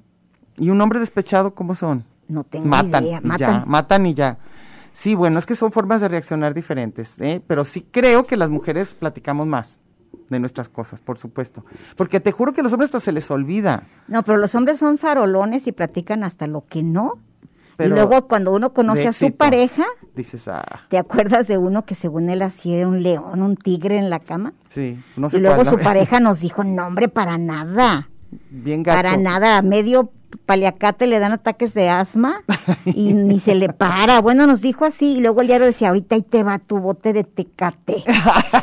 S3: y un hombre despechado cómo son?
S4: No tengo
S3: matan,
S4: idea.
S3: y ya,
S4: Matan.
S3: matan y ya. Sí, bueno, es que son formas de reaccionar diferentes, ¿eh? pero sí creo que las mujeres platicamos más de nuestras cosas, por supuesto. Porque te juro que a los hombres hasta se les olvida.
S4: No, pero los hombres son farolones y platican hasta lo que no.
S3: Pero
S4: y luego cuando uno conoce
S3: de
S4: a su
S3: éxito.
S4: pareja,
S3: Dices, ah,
S4: ¿te acuerdas de uno que según él así era un león, un tigre en la cama?
S3: sí, no sé
S4: y luego
S3: cuál,
S4: su
S3: ¿no?
S4: pareja nos dijo, no hombre, para nada.
S3: Bien gacho.
S4: Para nada, a medio paliacate le dan ataques de asma y ni se le para. Bueno, nos dijo así y luego el diario decía, ahorita ahí te va tu bote de tecate.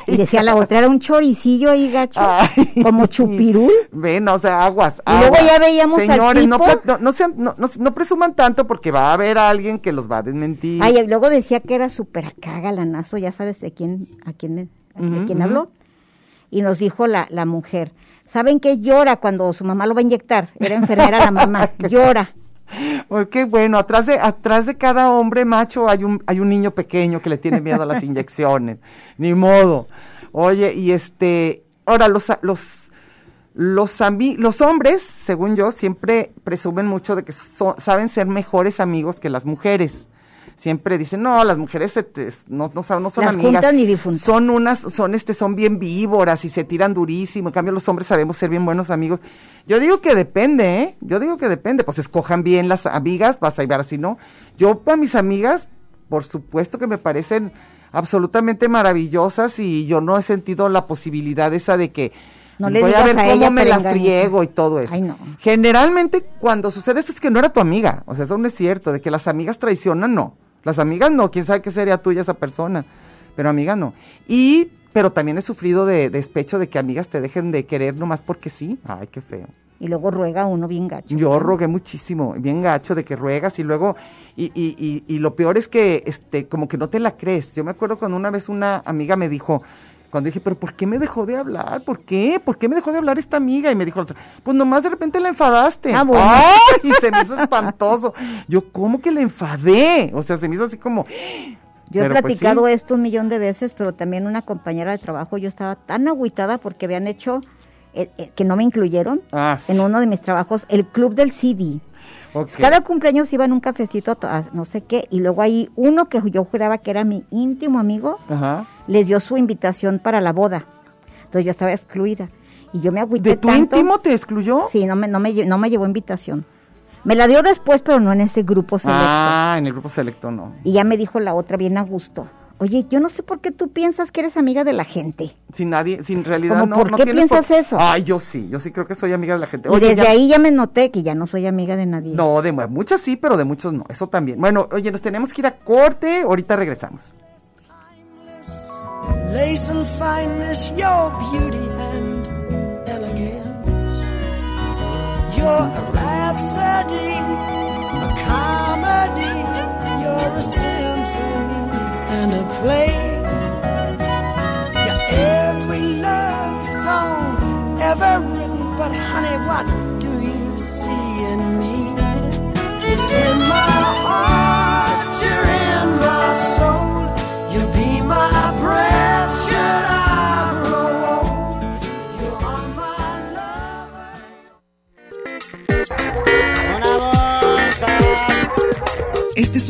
S4: Y decía la otra, era un choricillo ahí gacho,
S3: Ay,
S4: como chupirul.
S3: Ven, o sea, aguas.
S4: Y luego
S3: aguas.
S4: ya veíamos al
S3: Señores, no,
S4: tipo.
S3: pla- no, no sean- no- no- no presuman tanto porque va a haber alguien que los va a desmentir.
S4: Ay, y luego decía que era súper acá galanazo, ya sabes de quién, a quién, me- de
S3: Ujú,
S4: quién
S3: ujú.
S4: habló. Y nos dijo la, la mujer, ¿saben qué llora cuando su mamá lo va a inyectar? Era enfermera la mamá, llora.
S3: Pues qué bueno, atrás de, atrás de cada hombre macho hay un, hay un niño pequeño que le tiene miedo a las inyecciones. Ni modo. Oye, y este, ahora los, a- los, los, ami- los hombres, según yo, siempre presumen mucho de que so- saben ser mejores amigos que las mujeres. Siempre dicen, no, las mujeres se te- no, no, son- no son
S4: Las
S3: amigas.
S4: juntan y difuntan.
S3: Son unas, son este, son bien víboras y se tiran durísimo. En cambio, los hombres sabemos ser bien buenos amigos. Yo digo que depende, ¿eh? Yo digo que depende. Pues escojan bien las amigas, vas a llevar así, ¿no? Yo, para mis amigas, por supuesto que me parecen absolutamente maravillosas y yo no he sentido la posibilidad esa de que
S4: No le
S3: voy
S4: digas
S3: a ver
S4: a
S3: cómo
S4: ella,
S3: me la
S4: perenganita.
S3: friego y todo eso.
S4: Ay, no.
S3: Generalmente cuando sucede esto es que no era tu amiga, o sea, eso no es cierto, de que las amigas traicionan, no. Las amigas no, quién sabe qué sería tuya esa persona, pero amiga no. Y, pero también he sufrido de despecho de que amigas te dejen de querer nomás porque sí. Ay, qué feo.
S4: Y luego ruega uno bien gacho.
S3: Yo rogué muchísimo, bien gacho de que ruegas y luego, y, y, y, y lo peor es que, este, como que no te la crees. Yo me acuerdo cuando una vez una amiga me dijo, cuando dije, pero ¿por qué me dejó de hablar? ¿Por qué? ¿Por qué me dejó de hablar esta amiga? Y me dijo la otra, pues nomás de repente la enfadaste.
S4: Ah, bueno.
S3: ¡Ay! Y se me hizo espantoso. Yo, ¿cómo que la enfadé? O sea, se me hizo así como...
S4: Yo he
S3: Pero, pues, sí.
S4: platicado esto un millón de veces, pero también una compañera de trabajo, yo estaba tan agüitada porque habían hecho, eh, eh, que no me incluyeron,
S3: Ah, sí.
S4: en uno de mis trabajos, el club del CD.
S3: Ok.
S4: Cada cumpleaños iba en un cafecito a, to- a no sé qué, y luego ahí uno que yo juraba que era mi íntimo amigo,
S3: Ajá.
S4: les dio su invitación para la boda. Entonces yo estaba excluida. Y yo me agüité
S3: ¿De tu
S4: tanto.
S3: íntimo te excluyó?
S4: Sí, no me, no, me, lle- no me llevó invitación. Me la dio después, pero no en ese grupo selecto.
S3: Ah, en el grupo selecto no.
S4: Y ya me dijo la otra bien a gusto. Oye, yo no sé por qué tú piensas que eres amiga de la gente.
S3: Sin nadie, sin realidad
S4: ¿Cómo
S3: no.
S4: por
S3: no
S4: qué
S3: tienes
S4: piensas eso?
S3: Ay, yo sí, yo sí creo que soy amiga de la gente.
S4: y
S3: Oye,
S4: desde
S3: ya-
S4: ahí ya me noté que ya no soy amiga de nadie.
S3: No, de mu- muchas sí, pero de muchos no. Eso también. Bueno, oye, nos tenemos que ir a corte. Ahorita regresamos.
S5: lace and fineness, your beauty and elegance. You're a rhapsody, a comedy, you're a symphony and a play. You're every love song ever written, but honey, what do you see in me? in my heart, you're in my soul. You'll be my breath should I grow old. You are my lover.
S6: Este es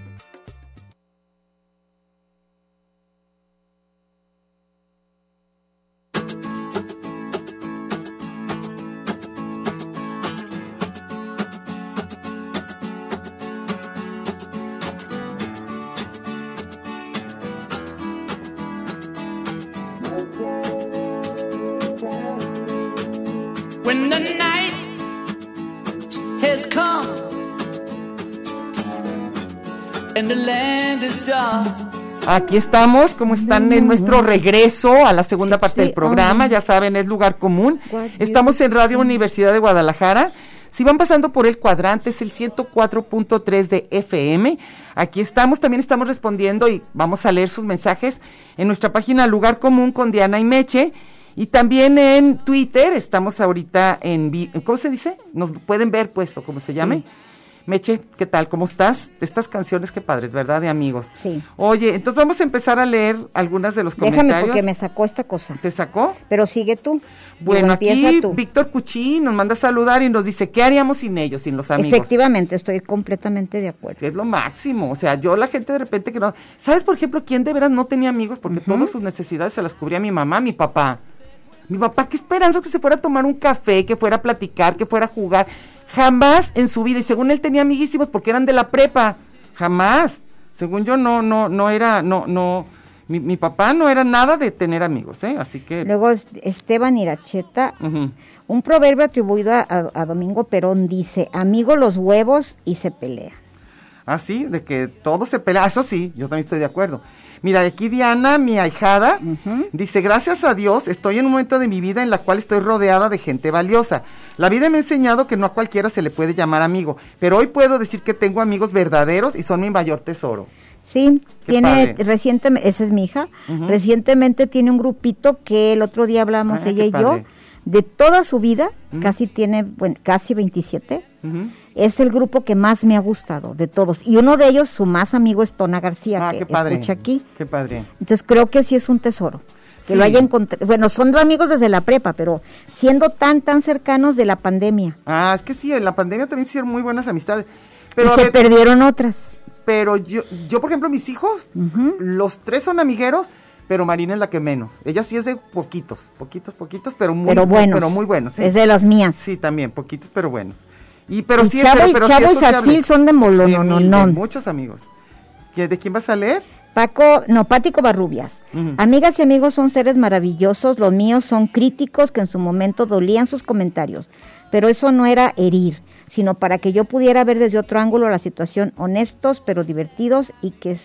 S5: When the night has come and the land is dark.
S3: Aquí estamos, como están en nuestro regreso a la segunda parte del
S4: Sí,
S3: programa,
S4: ajá.
S3: ya saben, es lugar común.
S4: What
S3: Estamos en
S4: you
S3: Radio
S4: see.
S3: Universidad de Guadalajara. Si van pasando por el cuadrante, es el 104.3 de FM. Aquí estamos, también estamos respondiendo y vamos a leer sus mensajes en nuestra página Lugar Común con Diana y Meche. Y también en Twitter, estamos ahorita en... vi- ¿Cómo se dice? Nos pueden ver, pues, o como se llame. Meche, ¿qué tal? ¿Cómo estás? Estas canciones, qué padres, ¿verdad? De amigos.
S4: Sí.
S3: Oye, entonces vamos a empezar a leer algunas de los
S4: Déjame
S3: comentarios.
S4: porque me sacó esta cosa.
S3: ¿Te sacó?
S4: Pero sigue tú.
S3: Bueno,
S4: Digo, empieza
S3: aquí
S4: tú.
S3: Víctor Cuchín nos manda a saludar y nos dice, ¿qué haríamos sin ellos, sin los amigos?
S4: Efectivamente, estoy completamente de acuerdo.
S3: Es lo máximo, o sea, yo la gente de repente que no... ¿Sabes, por ejemplo, quién de veras no tenía amigos? Porque todas sus necesidades se las cubría mi mamá, mi papá. Mi papá, qué esperanza que se fuera a tomar un café, que fuera a platicar, que fuera a jugar. Jamás en su vida, y según él tenía amiguísimos porque eran de la prepa, jamás. Según yo, no, no, no era, no, no... Mi, mi papá no era nada de tener amigos, ¿eh? Así que...
S4: Luego es- Esteban Iracheta,
S3: ujú.
S4: un proverbio atribuido a, a- a Domingo Perón dice, amigo los huevos y se pelea.
S3: Ah, sí, de que todo se pelea. Eso sí, yo también estoy de acuerdo. Mira, de aquí Diana, mi ahijada, dice, gracias a Dios estoy en un momento de mi vida en la cual estoy rodeada de gente valiosa. La vida me ha enseñado que no a cualquiera se le puede llamar amigo, pero hoy puedo decir que tengo amigos verdaderos y son mi mayor tesoro.
S4: Sí,
S3: Qué
S4: tiene
S3: padre.
S4: recientemente, esa es mi hija, recientemente tiene un grupito que el otro día hablamos
S3: Ah,
S4: ella
S3: qué
S4: y
S3: padre. Mm.
S4: yo, de toda su vida, casi tiene, bueno, casi 27,
S3: Ujú.
S4: es el grupo que más me ha gustado de todos. Y uno de ellos, su más amigo es Tona García,
S3: Ah,
S4: que
S3: qué padre.
S4: escucha aquí.
S3: Qué padre.
S4: Entonces creo que sí es un tesoro. Que lo
S3: Sí.
S4: haya encontrado. Bueno, son amigos desde la prepa, pero siendo tan, tan cercanos de la pandemia.
S3: Ah, es que sí, en la pandemia también hicieron muy buenas amistades. Pero,
S4: y
S3: a
S4: se
S3: ver,
S4: perdieron otras.
S3: pero yo, yo, por ejemplo, mis hijos, los tres son amigueros, pero Marina es la que menos. Ella sí es de poquitos, poquitos, poquitos, pero muy,
S4: pero buenos.
S3: pero muy buenos. sí.
S4: Es de las mías.
S3: Sí, también, poquitos, pero buenos. Y pero
S4: Y
S3: sí,
S4: Chavo
S3: pero,
S4: y-
S3: pero sí
S4: Chavo
S3: es
S4: y Jafil
S3: sociable.
S4: son de molo,
S3: De
S4: no, no,
S3: mil,
S4: no.
S3: de muchos amigos. ¿Qué- ¿De quién vas a leer?
S4: Paco, no, Pático Barrubias.
S3: Ujú.
S4: Amigas y amigos son seres maravillosos. Los míos son críticos que en su momento dolían sus comentarios. Pero eso no era herir, sino para que yo pudiera ver desde otro ángulo la situación honestos pero divertidos y que s-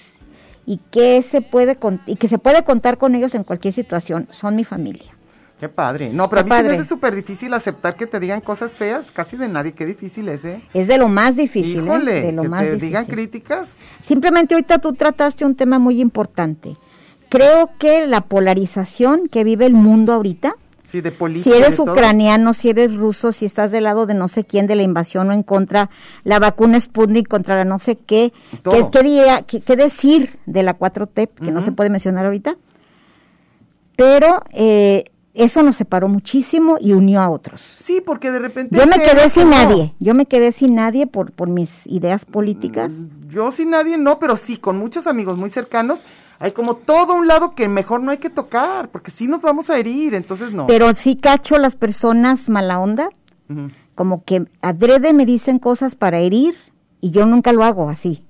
S4: y que se puede con- y que se puede contar con ellos en cualquier situación. Son mi familia.
S3: Qué padre. No, pero a
S4: Qué
S3: mí se me
S4: padre.
S3: hace súper difícil aceptar que te digan cosas feas, casi de nadie. Qué difícil es, ¿eh?
S4: Es de lo más difícil, ¿eh?
S3: Híjole,
S4: de lo
S3: que
S4: más
S3: te
S4: difícil.
S3: digan críticas.
S4: Simplemente ahorita tú trataste un tema muy importante. Creo que la polarización que vive el mundo ahorita,
S3: Sí, de
S4: si
S3: política.
S4: eres
S3: de todo.
S4: ucraniano, si eres ruso, si estás del lado de no sé quién, de la invasión o en contra, la vacuna Sputnik contra la no sé qué, ¿qué,
S3: Todo.
S4: qué diría- qué- qué decir de la 4T, que no se puede mencionar ahorita? Pero eh, eso nos separó muchísimo y unió a otros.
S3: Sí, porque de repente.
S4: Yo me
S3: te-
S4: quedé sin
S3: no.
S4: nadie, yo me quedé sin nadie por, por mis ideas políticas.
S3: Mm. Yo sin nadie no, pero sí, con muchos amigos muy cercanos. Hay como todo un lado que mejor no hay que tocar, porque sí nos vamos a herir, entonces no.
S4: Pero sí cacho las personas mala onda,
S3: Ujú.
S4: como que adrede me dicen cosas para herir y yo nunca lo hago así.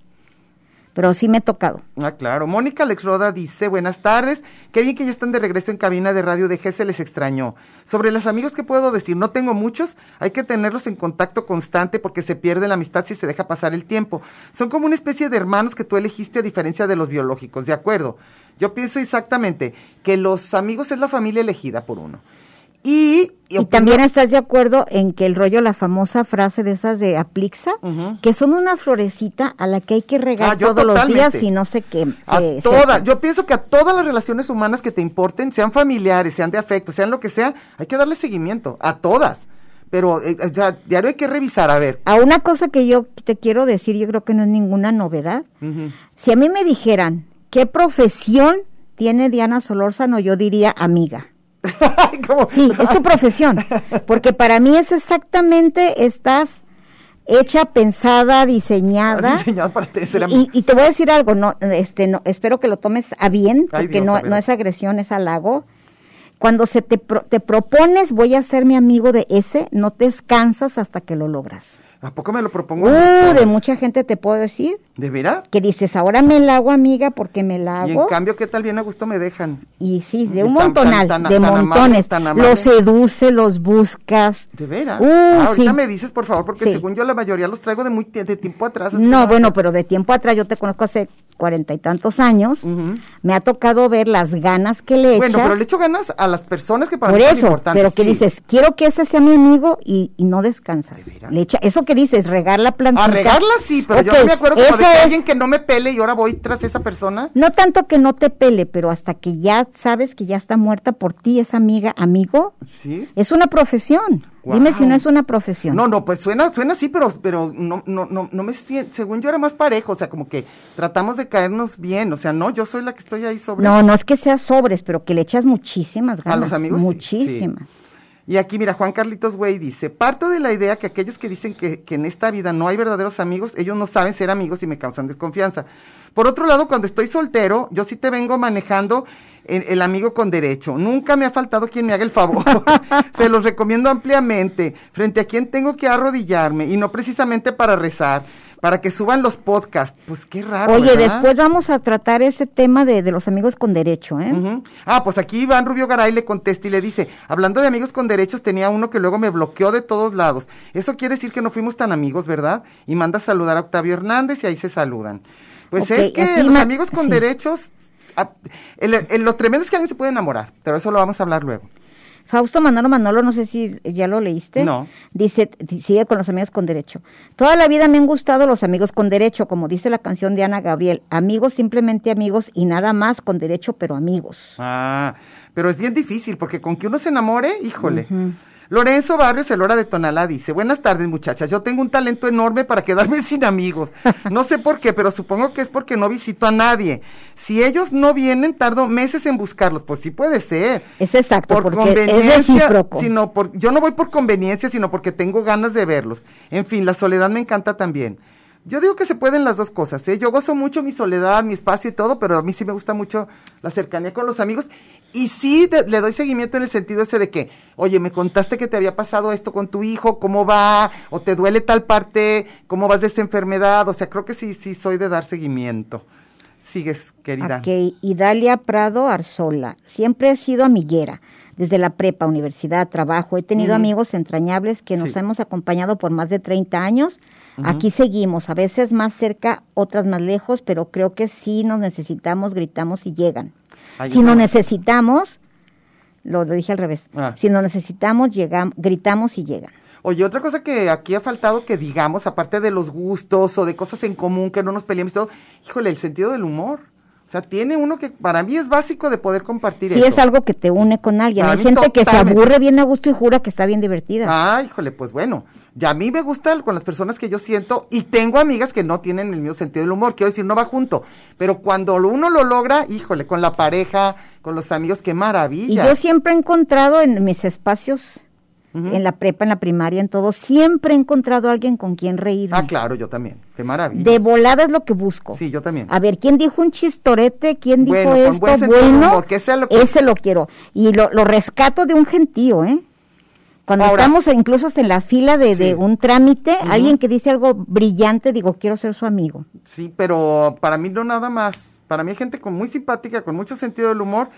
S4: Pero sí me he tocado.
S3: Ah, claro. Mónica Alex Roda dice, buenas tardes. Qué bien que ya están de regreso en cabina de Radio DG, se les extrañó. Sobre los amigos, ¿qué puedo decir? No tengo muchos, hay que tenerlos en contacto constante porque se pierde la amistad si se deja pasar el tiempo. Son como una especie de hermanos que tú elegiste a diferencia de los biológicos, ¿de acuerdo? Yo pienso exactamente que los amigos es la familia elegida por uno. Y,
S4: Y también estás de acuerdo en que el rollo, la famosa frase de esas de Aplixa,
S3: Ujú.
S4: que son una florecita a la que hay que regar
S3: Ah, yo
S4: todos los días
S3: totalmente.
S4: y no sé qué.
S3: A
S4: se- se-
S3: todas, yo pienso que a todas las relaciones humanas que te importen, sean familiares, sean de afecto, sean lo que sea, hay que darle seguimiento, a todas. Pero eh, eh, ya, diario hay que revisar, a ver.
S4: A una cosa que yo te quiero decir, yo creo que no es ninguna novedad.
S3: Ujú.
S4: Si a mí me dijeran, ¿qué profesión tiene Diana Solórzano? Yo diría amiga.
S3: Ay, como-
S4: Sí, es tu profesión. Porque para mí es exactamente, estás hecha, pensada, diseñada.
S3: Diseñado para tener- se la-
S4: Y, y te voy a decir algo, no, este, no, espero que lo tomes a bien,
S3: Ay,
S4: porque
S3: Dios, a
S4: no,
S3: ver.
S4: no es agresión, es halago. Cuando se te, pro- te propones, voy a ser mi amigo de ese, no te descansas hasta que lo logras.
S3: ¿A poco me lo propongo?
S4: Uh, de mucha gente te puedo decir
S3: ¿De veras?
S4: que dices, ahora me la hago amiga porque me la hago.
S3: Y en cambio, ¿qué tal bien a gusto me dejan?
S4: Y sí, de
S3: Y
S4: un
S3: tan- tan-
S4: montonal,
S3: tan-
S4: de
S3: tan amable,
S4: montones.
S3: tan amable.
S4: los seduces, los buscas.
S3: ¿De veras?
S4: Uh,
S3: Ah, ahorita
S4: sí.
S3: me dices, por favor, porque
S4: Sí.
S3: según yo la mayoría los traigo de muy tie- de tiempo atrás.
S4: No,
S3: así que- pues.
S4: bueno, pero de tiempo atrás, yo te conozco hace cuarenta y tantos años.
S3: Ujú.
S4: Me ha tocado ver las ganas que le echas.
S3: Bueno, pero le echo ganas a las personas que para
S4: por
S3: mí son
S4: eso,
S3: importantes.
S4: pero que
S3: sí.
S4: dices, quiero que ese sea mi amigo y, y no descansas.
S3: ¿De veras?
S4: Le echa, eso que dices, regar la plantita.
S3: A regarla sí, pero yo
S4: Ok,
S3: no me acuerdo como de
S4: eso
S3: que
S4: es-
S3: alguien que no me pele y ahora voy tras esa persona.
S4: No tanto que no te pele, pero hasta que ya sabes que ya está muerta por ti esa amiga, amigo,
S3: Sí.
S4: es una profesión. Dime si no
S3: Guau.
S4: es una profesión.
S3: No, no, pues suena, suena así, pero, pero no, no, no, no me siento, según yo era más parejo, o sea, como que tratamos de caernos bien, o sea, no, yo soy la que estoy ahí sobre.
S4: No, no es que seas sobres, pero que le echas muchísimas ganas.
S3: los amigos, sí,
S4: Muchísimas.
S3: Y aquí, mira, Juan Carlitos Güey dice, parto de la idea que aquellos que dicen que, que en esta vida no hay verdaderos amigos, ellos no saben ser amigos y me causan desconfianza. Por otro lado, cuando estoy soltero, yo sí te vengo manejando el, el amigo con derecho. Nunca me ha faltado quien me haga el favor. Se los recomiendo ampliamente, frente a quien tengo que arrodillarme, y no precisamente para rezar, para que suban los podcasts. Pues qué raro.
S4: Oye,
S3: ¿verdad?
S4: después vamos a tratar ese tema de, de los amigos con derecho, ¿eh?
S3: Ujú. Ah, pues aquí Iván Rubio Garay le contesta y le dice, hablando de amigos con derechos, tenía uno que luego me bloqueó de todos lados. Eso quiere decir que no fuimos tan amigos, ¿verdad? Y manda a saludar a Octavio Hernández y ahí se saludan. Pues
S4: Ok,
S3: es que
S4: aquí
S3: los
S4: ma-
S3: amigos con
S4: sí.
S3: derechos, a- el- el- lo tremendo es que alguien se puede enamorar, pero eso lo vamos a hablar luego.
S4: Fausto Manolo Manolo, no sé si ya lo leíste.
S3: No.
S4: Dice, di- sigue con los amigos con derecho. Toda la vida me han gustado los amigos con derecho, como dice la canción de Ana Gabriel. Amigos, simplemente amigos y nada más con derecho, pero amigos.
S3: Ah, pero es bien difícil porque con que uno se enamore, híjole. Lorenzo Barrios, el hora de Tonalá, dice, buenas tardes muchachas, yo tengo un talento enorme para quedarme sin amigos. No sé por qué, pero supongo que es porque no visito a nadie. Si ellos no vienen, tardo meses en buscarlos. Pues sí puede ser.
S4: Es exacto,
S3: Por
S4: porque es
S3: conveniencia,
S4: recíproco.
S3: sino por, yo no voy por conveniencia, sino porque tengo ganas de verlos. En fin, la soledad me encanta también. Yo digo que se pueden las dos cosas, ¿eh? Yo gozo mucho mi soledad, mi espacio y todo, pero a mí sí me gusta mucho la cercanía con los amigos. Y sí de- le doy seguimiento en el sentido ese de que, oye, me contaste que te había pasado esto con tu hijo, ¿cómo va? ¿O te duele tal parte? ¿Cómo vas de esta enfermedad? O sea, creo que sí, sí soy de dar seguimiento. Sigues, querida.
S4: Ok, y Dalia Prado Arzola. Siempre he sido amiguera. desde la prepa, universidad, trabajo. He tenido amigos entrañables que nos
S3: Mm. Sí.
S4: hemos acompañado por más de 30 años. Aquí seguimos, a veces más cerca, otras más lejos, pero creo que sí nos necesitamos, gritamos y llegan.
S3: Ahí
S4: si nos
S3: está.
S4: necesitamos, lo, lo dije al revés,
S3: Ah.
S4: si nos necesitamos, llegam- gritamos y llegan.
S3: Oye, otra cosa que aquí ha faltado que digamos, aparte de los gustos o de cosas en común que no nos peleamos y todo, híjole, el sentido del humor. O sea, tiene uno que para mí es básico de poder compartir
S4: Sí
S3: eso.
S4: es algo que te une con alguien.
S3: Para
S4: Hay
S3: mí
S4: gente que se
S3: totalmente.
S4: aburre bien a gusto y jura que está bien divertida.
S3: Ah, híjole, pues bueno, ya a mí me gusta con las personas que yo siento y tengo amigas que no tienen el mismo sentido del humor, quiero decir, no va junto, pero cuando lo- uno lo logra, híjole, con la pareja, con los amigos, qué maravilla.
S4: y yo siempre he encontrado en mis espacios,
S3: Ujú.
S4: en la prepa, en la primaria, en todo, siempre he encontrado a alguien con quien reírme.
S3: Ah, claro, yo también, qué maravilla.
S4: De volada es lo que busco.
S3: Sí, yo también.
S4: A ver, ¿quién dijo un chistorete? ¿Quién dijo
S3: Bueno, con
S4: esto?
S3: buen sentido del
S4: bueno,
S3: humor, que sea lo que-
S4: ese lo quiero. Y lo, lo rescato de un gentío, ¿eh? Cuando
S3: Ahora-
S4: estamos incluso hasta en la fila de, de
S3: Sí.
S4: un trámite, alguien que dice algo brillante, digo, quiero ser su amigo.
S3: Sí, pero para mí no nada más. Para mí hay gente con muy simpática, con mucho sentido del humor,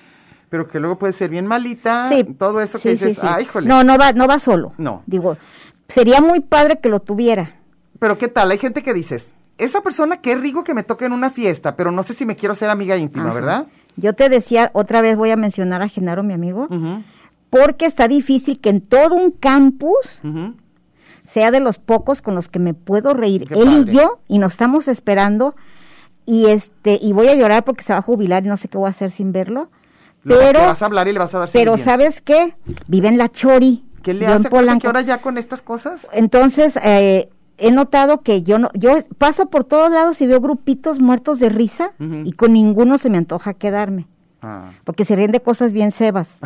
S3: pero que luego puede ser bien malita. Ah, Todo eso que
S4: sí, sí,
S3: dices,
S4: sí.
S3: ay, jole.
S4: No, no va, no va solo.
S3: No.
S4: Digo, sería muy padre que lo tuviera.
S3: Pero qué tal, hay gente que dices, esa persona qué rico que me toque en una fiesta, pero no sé si me quiero ser amiga íntima,
S4: Ajá.
S3: ¿verdad?
S4: Yo te decía, otra vez voy a mencionar a Genaro, mi amigo,
S3: Ujú,
S4: porque está difícil que en todo un campus
S3: ujú.
S4: sea de los pocos con los que me puedo reír.
S3: Qué
S4: Él
S3: padre.
S4: y yo, y nos estamos esperando, y este, y voy a llorar porque se va a jubilar y no sé qué voy a hacer sin verlo.
S3: Lo-
S4: Pero,
S3: le vas a hablar y le vas a dar
S4: pero
S3: seguimiento.
S4: ¿sabes qué? Vive en la Chori.
S3: ¿Qué le
S4: yo en
S3: hace? Porque
S4: Polanco.
S3: ahora ya con estas cosas?
S4: Entonces, eh, he notado que yo no, yo paso por todos lados y veo grupitos muertos de risa
S3: Ujú.
S4: y con ninguno se me antoja quedarme,
S3: Ah,
S4: porque se ríen de cosas bien cebas.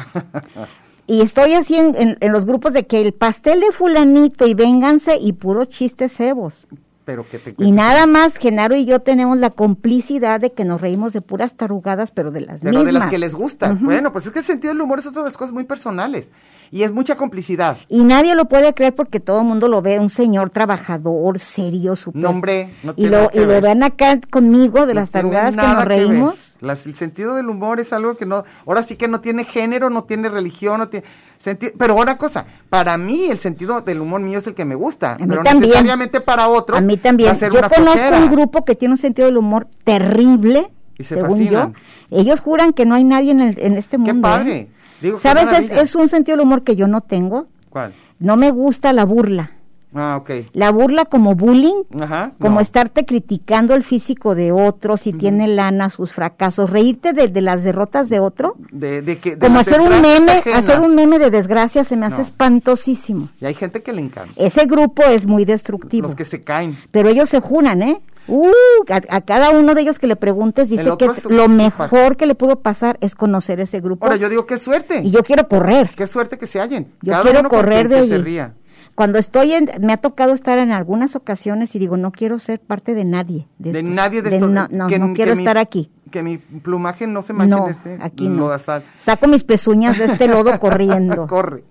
S4: y estoy así en, en- en los grupos de que el pastel de fulanito y vénganse y puro chiste cebos.
S3: pero que te
S4: Y nada más, Genaro y yo tenemos la complicidad de que nos reímos de puras tarugadas, pero de las
S3: Pero
S4: mismas.
S3: de las que les gustan.
S4: Ujú.
S3: Bueno, pues es que el sentido del humor es otra de las cosas muy personales. Y es mucha complicidad.
S4: Y nadie lo puede creer porque todo el mundo lo ve, un señor trabajador, serio, súper.
S3: No, hombre, no
S4: y
S3: tiene
S4: lo,
S3: nada que
S4: y lo
S3: ver.
S4: ven acá conmigo de
S3: No
S4: las
S3: tiene
S4: tarugadas que
S3: nada
S4: nos
S3: ver.
S4: reímos.
S3: Las- el sentido del humor es algo que no, ahora sí que no tiene género, no tiene religión, no tiene senti- Pero una cosa, para mí el sentido del humor mío es el que me gusta,
S4: A mí
S3: pero
S4: también.
S3: necesariamente para otros.
S4: A mí
S3: va
S4: también.
S3: ser
S4: Yo
S3: una
S4: conozco
S3: flojera.
S4: un grupo que tiene un sentido del humor terrible,
S3: Y se
S4: según
S3: fascinan.
S4: yo. Ellos juran que no hay nadie en, el- en este
S3: Qué
S4: mundo. ¿eh?
S3: padre. Digo, qué
S4: ¿Sabes? Es,
S3: maravilla.
S4: es un sentido del humor que yo no tengo.
S3: ¿Cuál?
S4: No me gusta la burla.
S3: Ah, ok.
S4: La burla como bullying,
S3: Ajá.
S4: como
S3: no.
S4: estarte criticando el físico de otro, si tiene lana, sus fracasos, reírte de, de las derrotas de otro.
S3: De, de que, de
S4: como
S3: las
S4: hacer un
S3: desgracias
S4: meme,
S3: ajenas.
S4: hacer un meme de desgracia se me hace
S3: No.
S4: espantosísimo.
S3: Y hay gente que le encanta.
S4: Ese grupo es muy destructivo.
S3: Los que se caen.
S4: Pero ellos se juran, ¿eh? Uh, a, a cada uno de ellos que le preguntes dice que
S3: otro
S4: es
S3: es un
S4: lo
S3: psicópata.
S4: mejor que le pudo pasar es conocer ese grupo.
S3: Ahora yo digo, qué suerte.
S4: y yo quiero correr.
S3: Qué suerte que se hallen.
S4: Yo
S3: Cada
S4: quiero
S3: uno con
S4: correr
S3: quien
S4: de
S3: que se
S4: allí.
S3: ría.
S4: Cuando estoy en, me ha tocado estar en algunas ocasiones y digo, no quiero ser parte de nadie. De,
S3: de
S4: estos-
S3: nadie de,
S4: de
S3: estos-
S4: No, no,
S3: que-
S4: no
S3: que
S4: quiero
S3: mi-
S4: estar aquí.
S3: Que mi plumaje no se manche
S4: No,
S3: en este
S4: aquí no.
S3: lodazal.
S4: Saco mis pezuñas de este lodo corriendo.
S3: Corre.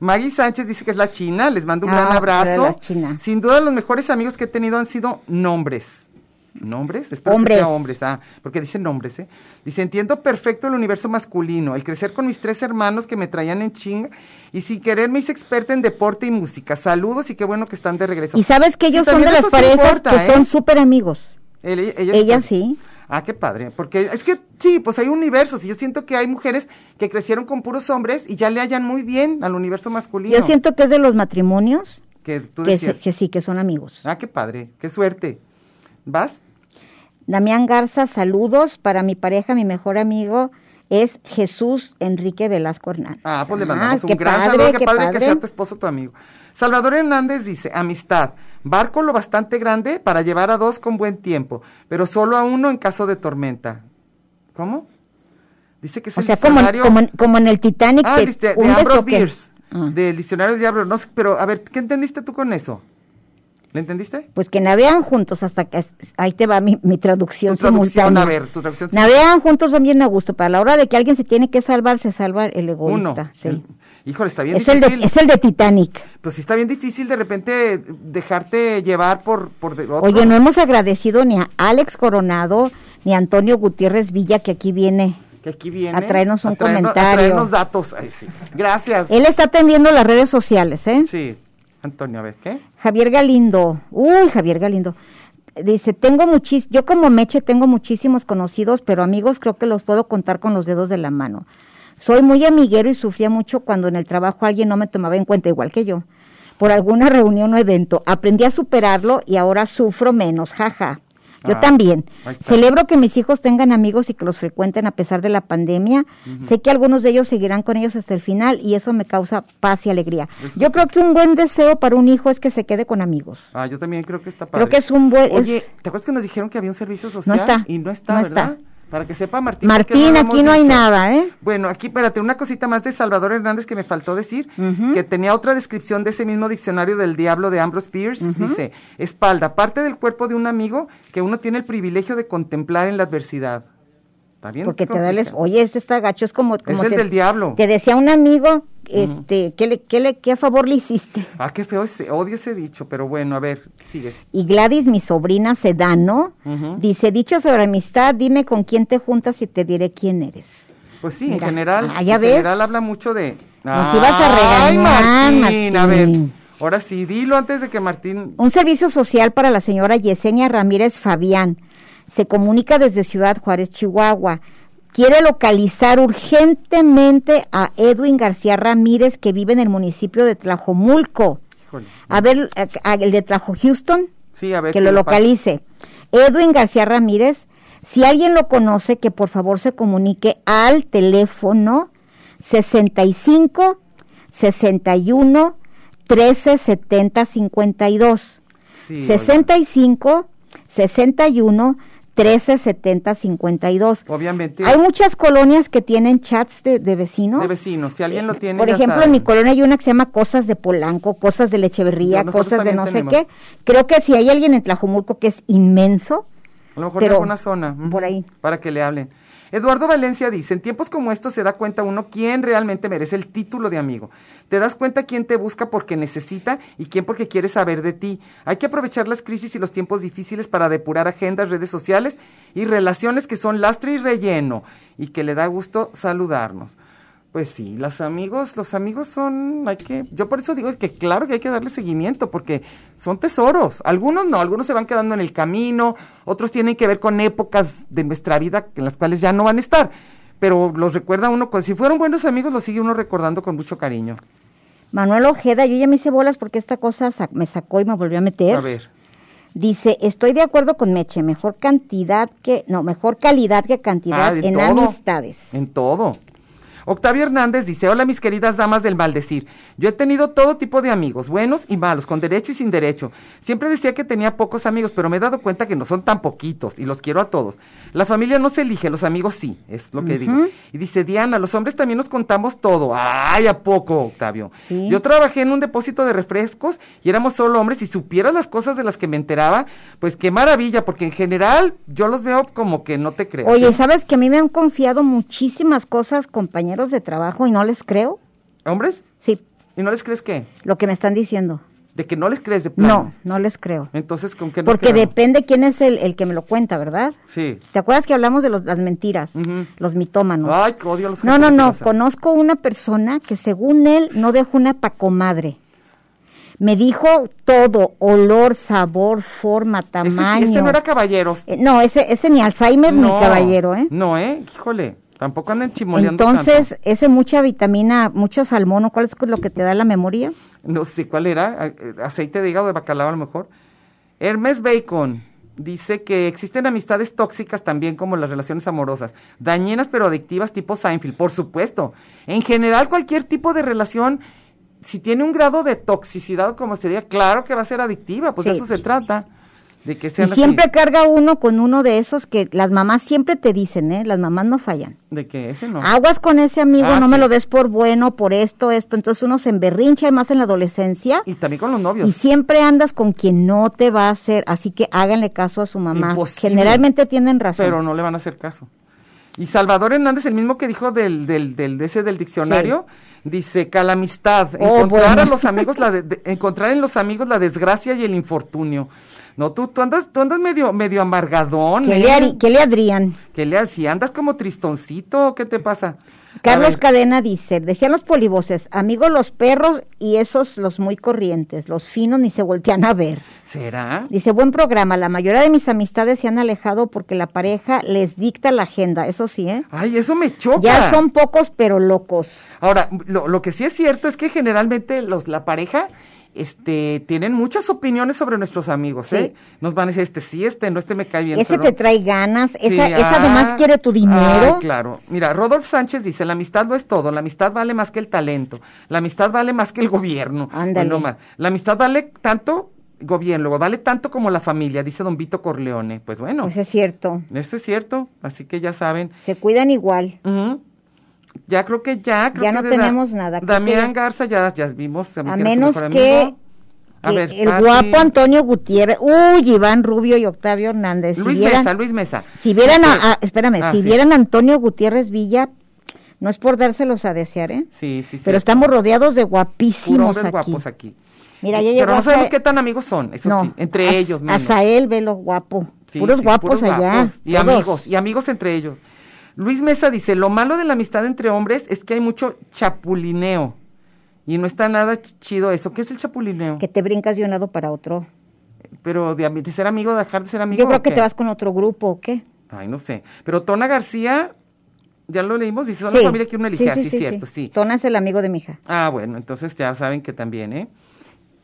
S3: Maggie Sánchez dice que es la China, les mando un
S4: Ah,
S3: gran abrazo.
S4: pero la China.
S3: Sin duda los mejores amigos que he tenido han sido nombres. ¿Nombres? Espero
S4: Hombres.
S3: que sea hombres, ah, porque dicen nombres, ¿eh? Dice, entiendo perfecto el universo masculino, el crecer con mis tres hermanos que me traían en chinga y sin querer me hice experta en deporte y música. Saludos y qué bueno que están de regreso.
S4: Y sabes que ellos son de
S3: también
S4: las
S3: eso sí
S4: parejas
S3: importa,
S4: que
S3: ¿eh?
S4: son súper amigos.
S3: Él- ella es
S4: Ella
S3: padre.
S4: sí.
S3: Ah, qué padre. Porque es que sí, pues hay universos. Y yo siento que hay mujeres que crecieron con puros hombres y ya le hallan muy bien al universo masculino.
S4: Yo siento que es de los matrimonios
S3: que tú
S4: que, se-
S3: decías.
S4: que sí, que son amigos.
S3: Ah, qué padre. Qué suerte. ¿Vas?
S4: Damián Garza, saludos para mi pareja, mi mejor amigo es Jesús Enrique Velasco Hernández.
S3: Ah, pues le mandamos
S4: Ah,
S3: un
S4: qué
S3: gran
S4: padre,
S3: saludo. Qué,
S4: qué
S3: padre, que
S4: padre.
S3: sea tu esposo tu amigo. Salvador Hernández dice, amistad, barco lo bastante grande para llevar a dos con buen tiempo, pero solo a uno en caso de tormenta. ¿Cómo? Dice que es
S4: O
S3: el
S4: sea, como en,
S3: diccionario-
S4: como en- como en el Titanic.
S3: Ah,
S4: que
S3: dice, de,
S4: hundes
S3: Ambrose
S4: o qué?
S3: Bierce,
S4: Ah,
S3: del diccionario de Diablo. No sé, pero a ver, ¿qué entendiste tú con eso? ¿Le entendiste?
S4: Pues que navegan juntos hasta que... Ahí te va mi, mi traducción
S3: Tu traducción,
S4: simultánea.
S3: a ver, tu traducción
S4: Navegan juntos son bien a gusto. Para la hora de que alguien se tiene que salvar, se salva el
S3: Uno.
S4: egoísta. sí.
S3: El- híjole, está bien
S4: es, el
S3: difícil.
S4: de, es el de Titanic.
S3: Pues sí, está bien difícil de repente dejarte llevar por, por de- otro.
S4: Oye, no hemos agradecido ni a Alex Coronado ni a Antonio Gutiérrez Villa que aquí viene
S3: que aquí viene.
S4: A traernos un
S3: a traernos-
S4: comentario. Eh.
S3: A traernos datos. Ay, sí. Gracias.
S4: Él está atendiendo las redes sociales, ¿eh?
S3: Sí. Antonio, a ver, ¿qué?
S4: Javier Galindo. Uy, Javier Galindo. Dice, tengo muchis, yo como Meche tengo muchísimos conocidos, pero amigos creo que los puedo contar con los dedos de la mano. Soy muy amiguero y sufría mucho cuando en el trabajo alguien no me tomaba en cuenta igual que yo. Por alguna reunión o evento. Aprendí a superarlo y ahora sufro menos, jaja. Yo
S3: Ah,
S4: también.
S3: ahí está.
S4: Celebro que mis hijos tengan amigos y que los frecuenten a pesar de la pandemia. Sé que algunos de ellos seguirán con ellos hasta el final y eso me causa paz y alegría.
S3: Eso
S4: Yo
S3: sí.
S4: creo que un buen deseo para un hijo es que se quede con amigos.
S3: Ah, yo también creo que está
S4: Creo
S3: padre.
S4: que es un buen-
S3: Oye,
S4: es-
S3: ¿te acuerdas que nos dijeron que había un servicio social?
S4: está,
S3: Y no está,
S4: no
S3: ¿verdad?
S4: está.
S3: Para que sepa Martín. porque
S4: Martín,
S3: lo
S4: aquí
S3: hemos
S4: no hay
S3: dicho.
S4: nada, ¿eh?
S3: Bueno, aquí, espérate, una cosita más de Salvador Hernández que me faltó decir, que tenía otra descripción de ese mismo diccionario del diablo de Ambrose Pierce. Dice, espalda, parte del cuerpo de un amigo que uno tiene el privilegio de contemplar en la adversidad. ¿Está bien?
S4: Porque te da el... es-
S3: complicado.
S4: Oye, este está gacho, es como... como
S3: el
S4: te-
S3: del diablo.
S4: Te decía un amigo, este, ¿qué, le, qué, le, ¿qué favor le hiciste?
S3: Ah, qué feo ese, odio ese dicho, pero bueno, a ver, sigues.
S4: Y Gladys, mi sobrina Sedano,
S3: Ujú.
S4: dice, dicho sobre amistad, dime con quién te juntas y te diré quién eres.
S3: Pues sí, en
S4: Mira,
S3: general,
S4: ah, ya
S3: en
S4: ves.
S3: general habla mucho de...
S4: Nos ibas a
S3: Ay,
S4: regañar,
S3: Martín, a ver.
S4: Martín.
S3: Ahora sí, dilo antes de que Martín...
S4: Un servicio social para la señora Yesenia Ramírez Fabián. Se comunica desde Ciudad Juárez, Chihuahua. Quiere localizar urgentemente a Edwin García Ramírez, que vive en el municipio de Tlajomulco.
S3: Híjole.
S4: A ver, a- a- el de Tlajo Houston,
S3: Sí, a ver.
S4: que
S3: qué
S4: lo
S3: le pasa.
S4: localice. Edwin García Ramírez, si alguien lo conoce, que por favor se comunique al teléfono 65 61 13 70 52.
S3: Sí, oye.
S4: 65 61 13 70 52.
S3: Pues, Obviamente.
S4: Hay muchas colonias que tienen chats de, de vecinos.
S3: De vecinos, si alguien lo tiene,
S4: Eh, Por
S3: ya
S4: ejemplo,
S3: saben.
S4: en mi colonia hay una que se llama Cosas de Polanco, Cosas de Lecheverría,
S3: Ya, nosotros
S4: Cosas de
S3: también
S4: no
S3: tenemos.
S4: sé qué. Creo que si hay alguien en Tlajomulco que es inmenso,
S3: A lo mejor
S4: Pero,
S3: de alguna zona. ujú,
S4: por ahí.
S3: Para que le hablen. Eduardo Valencia dice, en tiempos como estos se da cuenta uno quién realmente merece el título de amigo. Te das cuenta quién te busca porque necesita y quién porque quiere saber de ti. Hay que aprovechar las crisis y los tiempos difíciles para depurar agendas, redes sociales y relaciones que son lastre y relleno y que le da gusto saludarnos. Pues sí, los amigos, los amigos son, hay que, yo por eso digo que claro que hay que darle seguimiento, porque son tesoros. Algunos no, algunos se van quedando en el camino, otros tienen que ver con épocas de nuestra vida en las cuales ya no van a estar. Pero los recuerda uno, con, si fueron buenos amigos, los sigue uno recordando con mucho cariño.
S4: Manuel Ojeda, yo ya me hice bolas porque esta cosa sa- me sacó y me volvió a meter.
S3: A ver,
S4: Dice, estoy de acuerdo con Meche, mejor cantidad que, no, mejor calidad que cantidad
S3: Ah, de
S4: en
S3: todo.
S4: amistades.
S3: en todo. Octavio Hernández dice, hola mis queridas damas del maldecir, yo he tenido todo tipo de amigos, buenos y malos, con derecho y sin derecho. Siempre decía que tenía pocos amigos, pero me he dado cuenta que no son tan poquitos y los quiero a todos. La familia no se elige, los amigos sí, es lo que digo. Y dice Diana, los hombres también nos contamos todo. Ay, ¿a poco, Octavio?
S4: Sí.
S3: Yo trabajé en un depósito de refrescos y éramos solo hombres y supieras las cosas de las que me enteraba, pues qué maravilla, porque en general yo los veo como que no te creo.
S4: Oye, ¿sabes que a mí me han confiado muchísimas cosas compañeros de trabajo y no les creo?
S3: ¿Hombres?
S4: Sí,
S3: ¿Y no les crees qué?
S4: lo que me están diciendo.
S3: De que no les crees de
S4: No,
S3: plano.
S4: no les creo.
S3: Entonces, ¿con qué nos
S4: Porque
S3: quedamos?
S4: depende quién es el, el que me lo cuenta, ¿verdad?
S3: Sí.
S4: ¿Te acuerdas que hablamos de los- las mentiras?
S3: Ujú.
S4: Los mitómanos.
S3: Ay, que odio a los
S4: no,
S3: gente
S4: no, no.
S3: mentirosa.
S4: Conozco una persona que según él no dejó una pacomadre. Me dijo todo, olor, sabor, forma,
S3: Ese sí,
S4: tamaño.
S3: Ese no era caballeros.
S4: Eh, no, ese, ese ni Alzheimer
S3: no,
S4: ni caballero, ¿eh?
S3: No, ¿eh? Híjole. Tampoco andan chimoleando
S4: Entonces,
S3: tanto.
S4: ese mucha vitamina, mucho salmón, ¿o ¿cuál es lo que te da la memoria?
S3: No sé cuál era. eh, Aceite de hígado de bacalao a lo mejor. Hermes Bacon dice que existen amistades tóxicas también como las relaciones amorosas. Dañinas pero adictivas tipo Seinfeld, por supuesto. En general, cualquier tipo de relación... Si tiene un grado de toxicidad, como se diga, claro que va a ser adictiva, pues de
S4: Sí.
S3: eso se trata. De que
S4: Y
S3: sean así.
S4: siempre carga uno con uno de esos que las mamás siempre te dicen, ¿eh? Las mamás no fallan.
S3: De que ese no.
S4: Aguas con ese amigo,
S3: Ah,
S4: no me
S3: sí.
S4: lo des por bueno, por esto, esto. Entonces uno se emberrincha, y más en la adolescencia.
S3: Y también con los novios.
S4: Y siempre andas con quien no te va a hacer, así que háganle caso a su mamá.
S3: Imposible.
S4: Generalmente tienen razón.
S3: Pero no le van a hacer caso. Y Salvador Hernández, el mismo que dijo del, del, del, de ese del diccionario, dice calamistad,
S4: Oh,
S3: encontrar
S4: bueno.
S3: a los amigos la de- de- encontrar en los amigos la desgracia y el infortunio. No, tú, tú andas, tú andas medio, medio amargadón.
S4: ¿Qué
S3: ¿eh?
S4: le, harí- qué le Adrián?
S3: ¿Qué le si andas como tristoncito, ¿qué te pasa? A
S4: Carlos
S3: ver,
S4: Cadena dice, decían los polivoces, amigos los perros y esos los muy corrientes, los finos ni se voltean a ver.
S3: ¿será?
S4: Dice, buen programa, la mayoría de mis amistades se han alejado porque la pareja les dicta la agenda, eso sí, ¿eh?
S3: Ay, eso me choca.
S4: Ya son pocos pero locos.
S3: Ahora, lo, lo que sí es cierto es que generalmente los, la pareja este, tienen muchas opiniones sobre nuestros amigos,
S4: Sí.
S3: ¿eh? Nos van a decir, este sí, este no, este me cae bien.
S4: Ese
S3: pero-
S4: te trae ganas, esa,
S3: Sí,
S4: esa
S3: ah,
S4: además quiere tu dinero.
S3: ah, claro. Mira, Rodolfo Sánchez dice, la amistad lo es todo, la amistad vale más que el talento, la amistad vale más que el gobierno.
S4: Ándale.
S3: Bueno, ma- La amistad vale tanto, gobierno, vale tanto como la familia, dice don Vito Corleone. Pues bueno,
S4: Pues es cierto,
S3: eso es cierto, así que ya saben.
S4: se cuidan igual.
S3: Ujú. Ya creo que ya. Creo
S4: Ya
S3: que
S4: no
S3: de Da-
S4: tenemos nada, creo que
S3: Damián
S4: ya-
S3: Garza ya, ya vimos.
S4: A
S3: era su
S4: menos
S3: mejor
S4: que-
S3: amigo. A
S4: Que
S3: ver,
S4: Eh, el
S3: Pati,
S4: guapo Antonio Gutiérrez, uy, Iván Rubio y Octavio Hernández. si
S3: Luis
S4: vieran-
S3: Mesa, Luis Mesa.
S4: Si vieran
S3: Este,
S4: a, a- espérame,
S3: ah,
S4: si
S3: sí.
S4: vieran a Antonio Gutiérrez Villa, no es por dárselos a desear, ¿eh?
S3: Sí, sí, sí.
S4: Pero estamos rodeados de
S3: Puro
S4: guapísimos
S3: hombres
S4: aquí.
S3: guapos aquí.
S4: Mira, ya
S3: Eh,
S4: llegó
S3: Pero no sabemos
S4: Azael-
S3: qué tan amigos son, eso
S4: No,
S3: sí, entre
S4: Az-
S3: ellos. menos.
S4: Azael, velo guapo.
S3: Sí,
S4: puros
S3: sí,
S4: guapos
S3: puros
S4: allá.
S3: guapos. Y
S4: todos.
S3: amigos, y amigos entre ellos. Luis Mesa dice, lo malo de la amistad entre hombres es que hay mucho chapulineo. Y no está nada ch- chido eso. ¿Qué es el chapulineo?
S4: Que te brincas de un lado para otro.
S3: Pero de, ami- de ser amigo, dejar de ser amigo.
S4: Yo creo
S3: ¿o
S4: que
S3: qué?
S4: te vas con otro grupo, ¿o qué?
S3: Ay, no sé. Pero Tona García, ya lo leímos, dice, son la familia que uno elige. así es cierto, sí.
S4: Tona es el amigo de mi hija.
S3: Ah, bueno, entonces ya saben que también, ¿eh?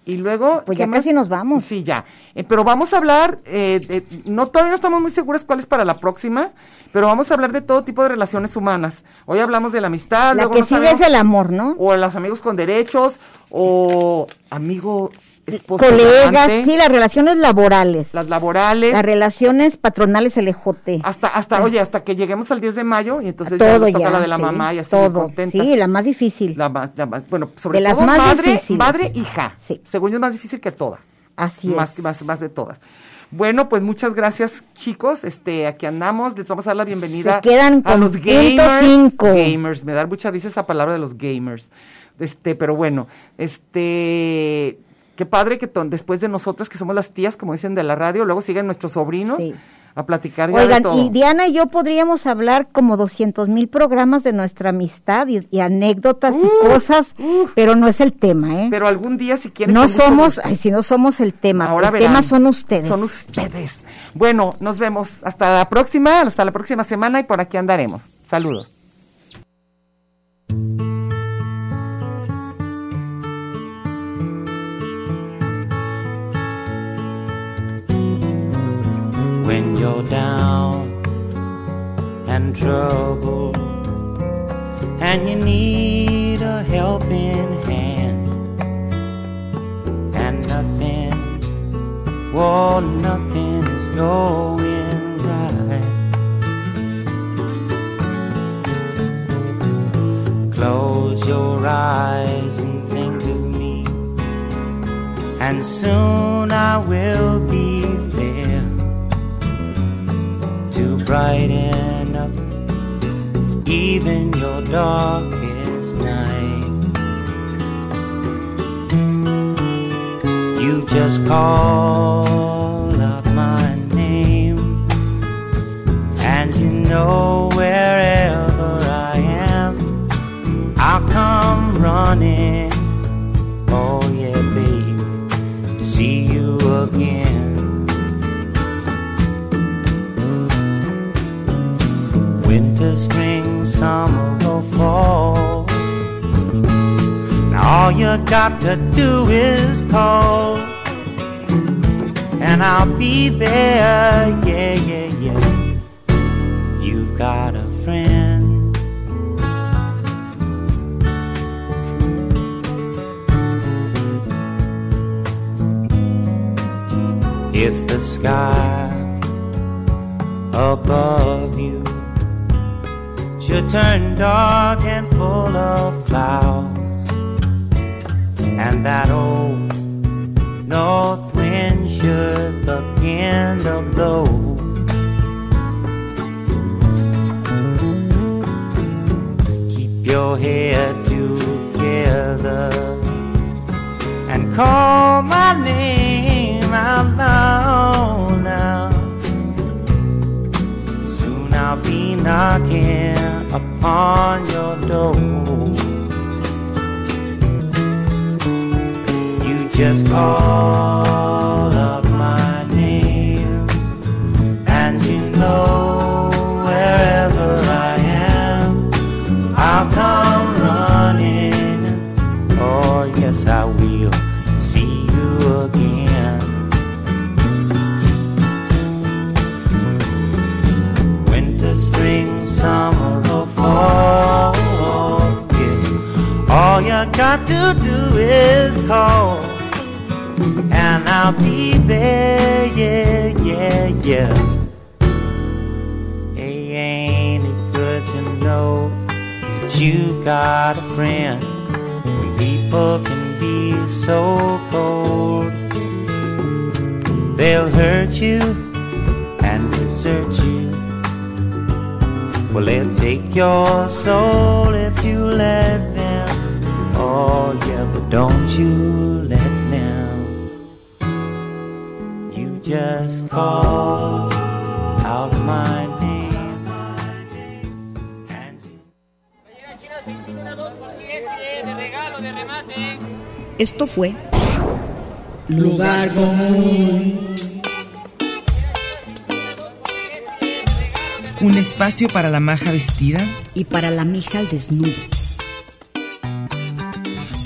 S3: Y luego...
S4: Pues
S3: ¿qué
S4: ya casi nos vamos.
S3: Sí, ya. Eh, pero vamos a hablar, eh, de- no todavía no estamos muy seguras cuál es para la próxima, pero vamos a hablar de todo tipo de relaciones humanas. Hoy hablamos de la amistad,
S4: La
S3: luego
S4: que
S3: no
S4: sigue
S3: sabemos-
S4: es el amor, ¿no?
S3: o los amigos con derechos, o amigo, esposo,
S4: Colegas,
S3: amante,
S4: sí, las relaciones laborales.
S3: las laborales,
S4: Las relaciones patronales, el ejote.
S3: hasta, hasta, oye, hasta que lleguemos al 10 de mayo y entonces Ah, pues, ya
S4: todo
S3: nos
S4: ya.
S3: toca la de la
S4: sí,
S3: mamá y así bien
S4: todo.
S3: contentas.
S4: Sí, la más difícil.
S3: La más, la más- bueno, sobre
S4: De las
S3: todo
S4: más
S3: madre,
S4: difíciles.
S3: madre, hija.
S4: Sí.
S3: Según yo es más difícil que toda.
S4: Así
S3: más,
S4: es.
S3: más, más de todas. Bueno, pues muchas gracias, chicos. Este, aquí andamos. Les vamos a dar la bienvenida
S4: Se quedan
S3: a
S4: con
S3: los
S4: punto
S3: gamers.
S4: cinco.
S3: Gamers, me da mucha risa esa palabra de los gamers. Este, pero bueno, este, qué padre que ton- después de nosotras que somos las tías, como dicen de la radio, luego siguen nuestros sobrinos
S4: Sí.
S3: a platicar ya de
S4: Oigan,
S3: todo.
S4: y Diana y yo podríamos hablar como 200 mil programas de nuestra amistad y, y anécdotas y cosas, pero no es el tema, ¿eh?
S3: pero algún día si quieren
S4: no
S3: con mucho
S4: somos,
S3: gusto.
S4: ay, si no somos el tema,
S3: Ahora
S4: el
S3: verán.
S4: tema son ustedes.
S3: Son ustedes. Bueno, nos vemos. Hasta la próxima, hasta la próxima semana y por aquí andaremos. Saludos.
S7: when you're down and trouble and you need a helping hand and nothing oh nothing is going right close your eyes and think of me and soon I will be there to brighten up even your darkest night. You just call out my name, and you know wherever I am, I'll come running. Oh, yeah, baby, to see you again. Winter, spring, summer, or fall. Now all you got to do is call, and I'll be there. Yeah, yeah, yeah. You've got a friend. If the sky above you should turn dark and full of clouds. And that old north wind should begin to blow. call my name out loud now. Soon I'll be knocking upon your door. You just call up my name, and you know wherever I am, I'll come running. Oh, yes, I will see you again. Winter, spring, summer, or fall. Yeah. All you got to do is call, and I'll be there. Yeah, yeah, yeah. Hey, ain't it good to know that you got a friend? When people can be so cold, they'll hurt you and desert you. Well, they'll take your soul if you let them. Oh, yeah, but don't you let them. You just call out my name. And you
S1: Esto fue
S6: Lugar común. Un espacio para la maja vestida.
S1: Y para la mija al desnudo.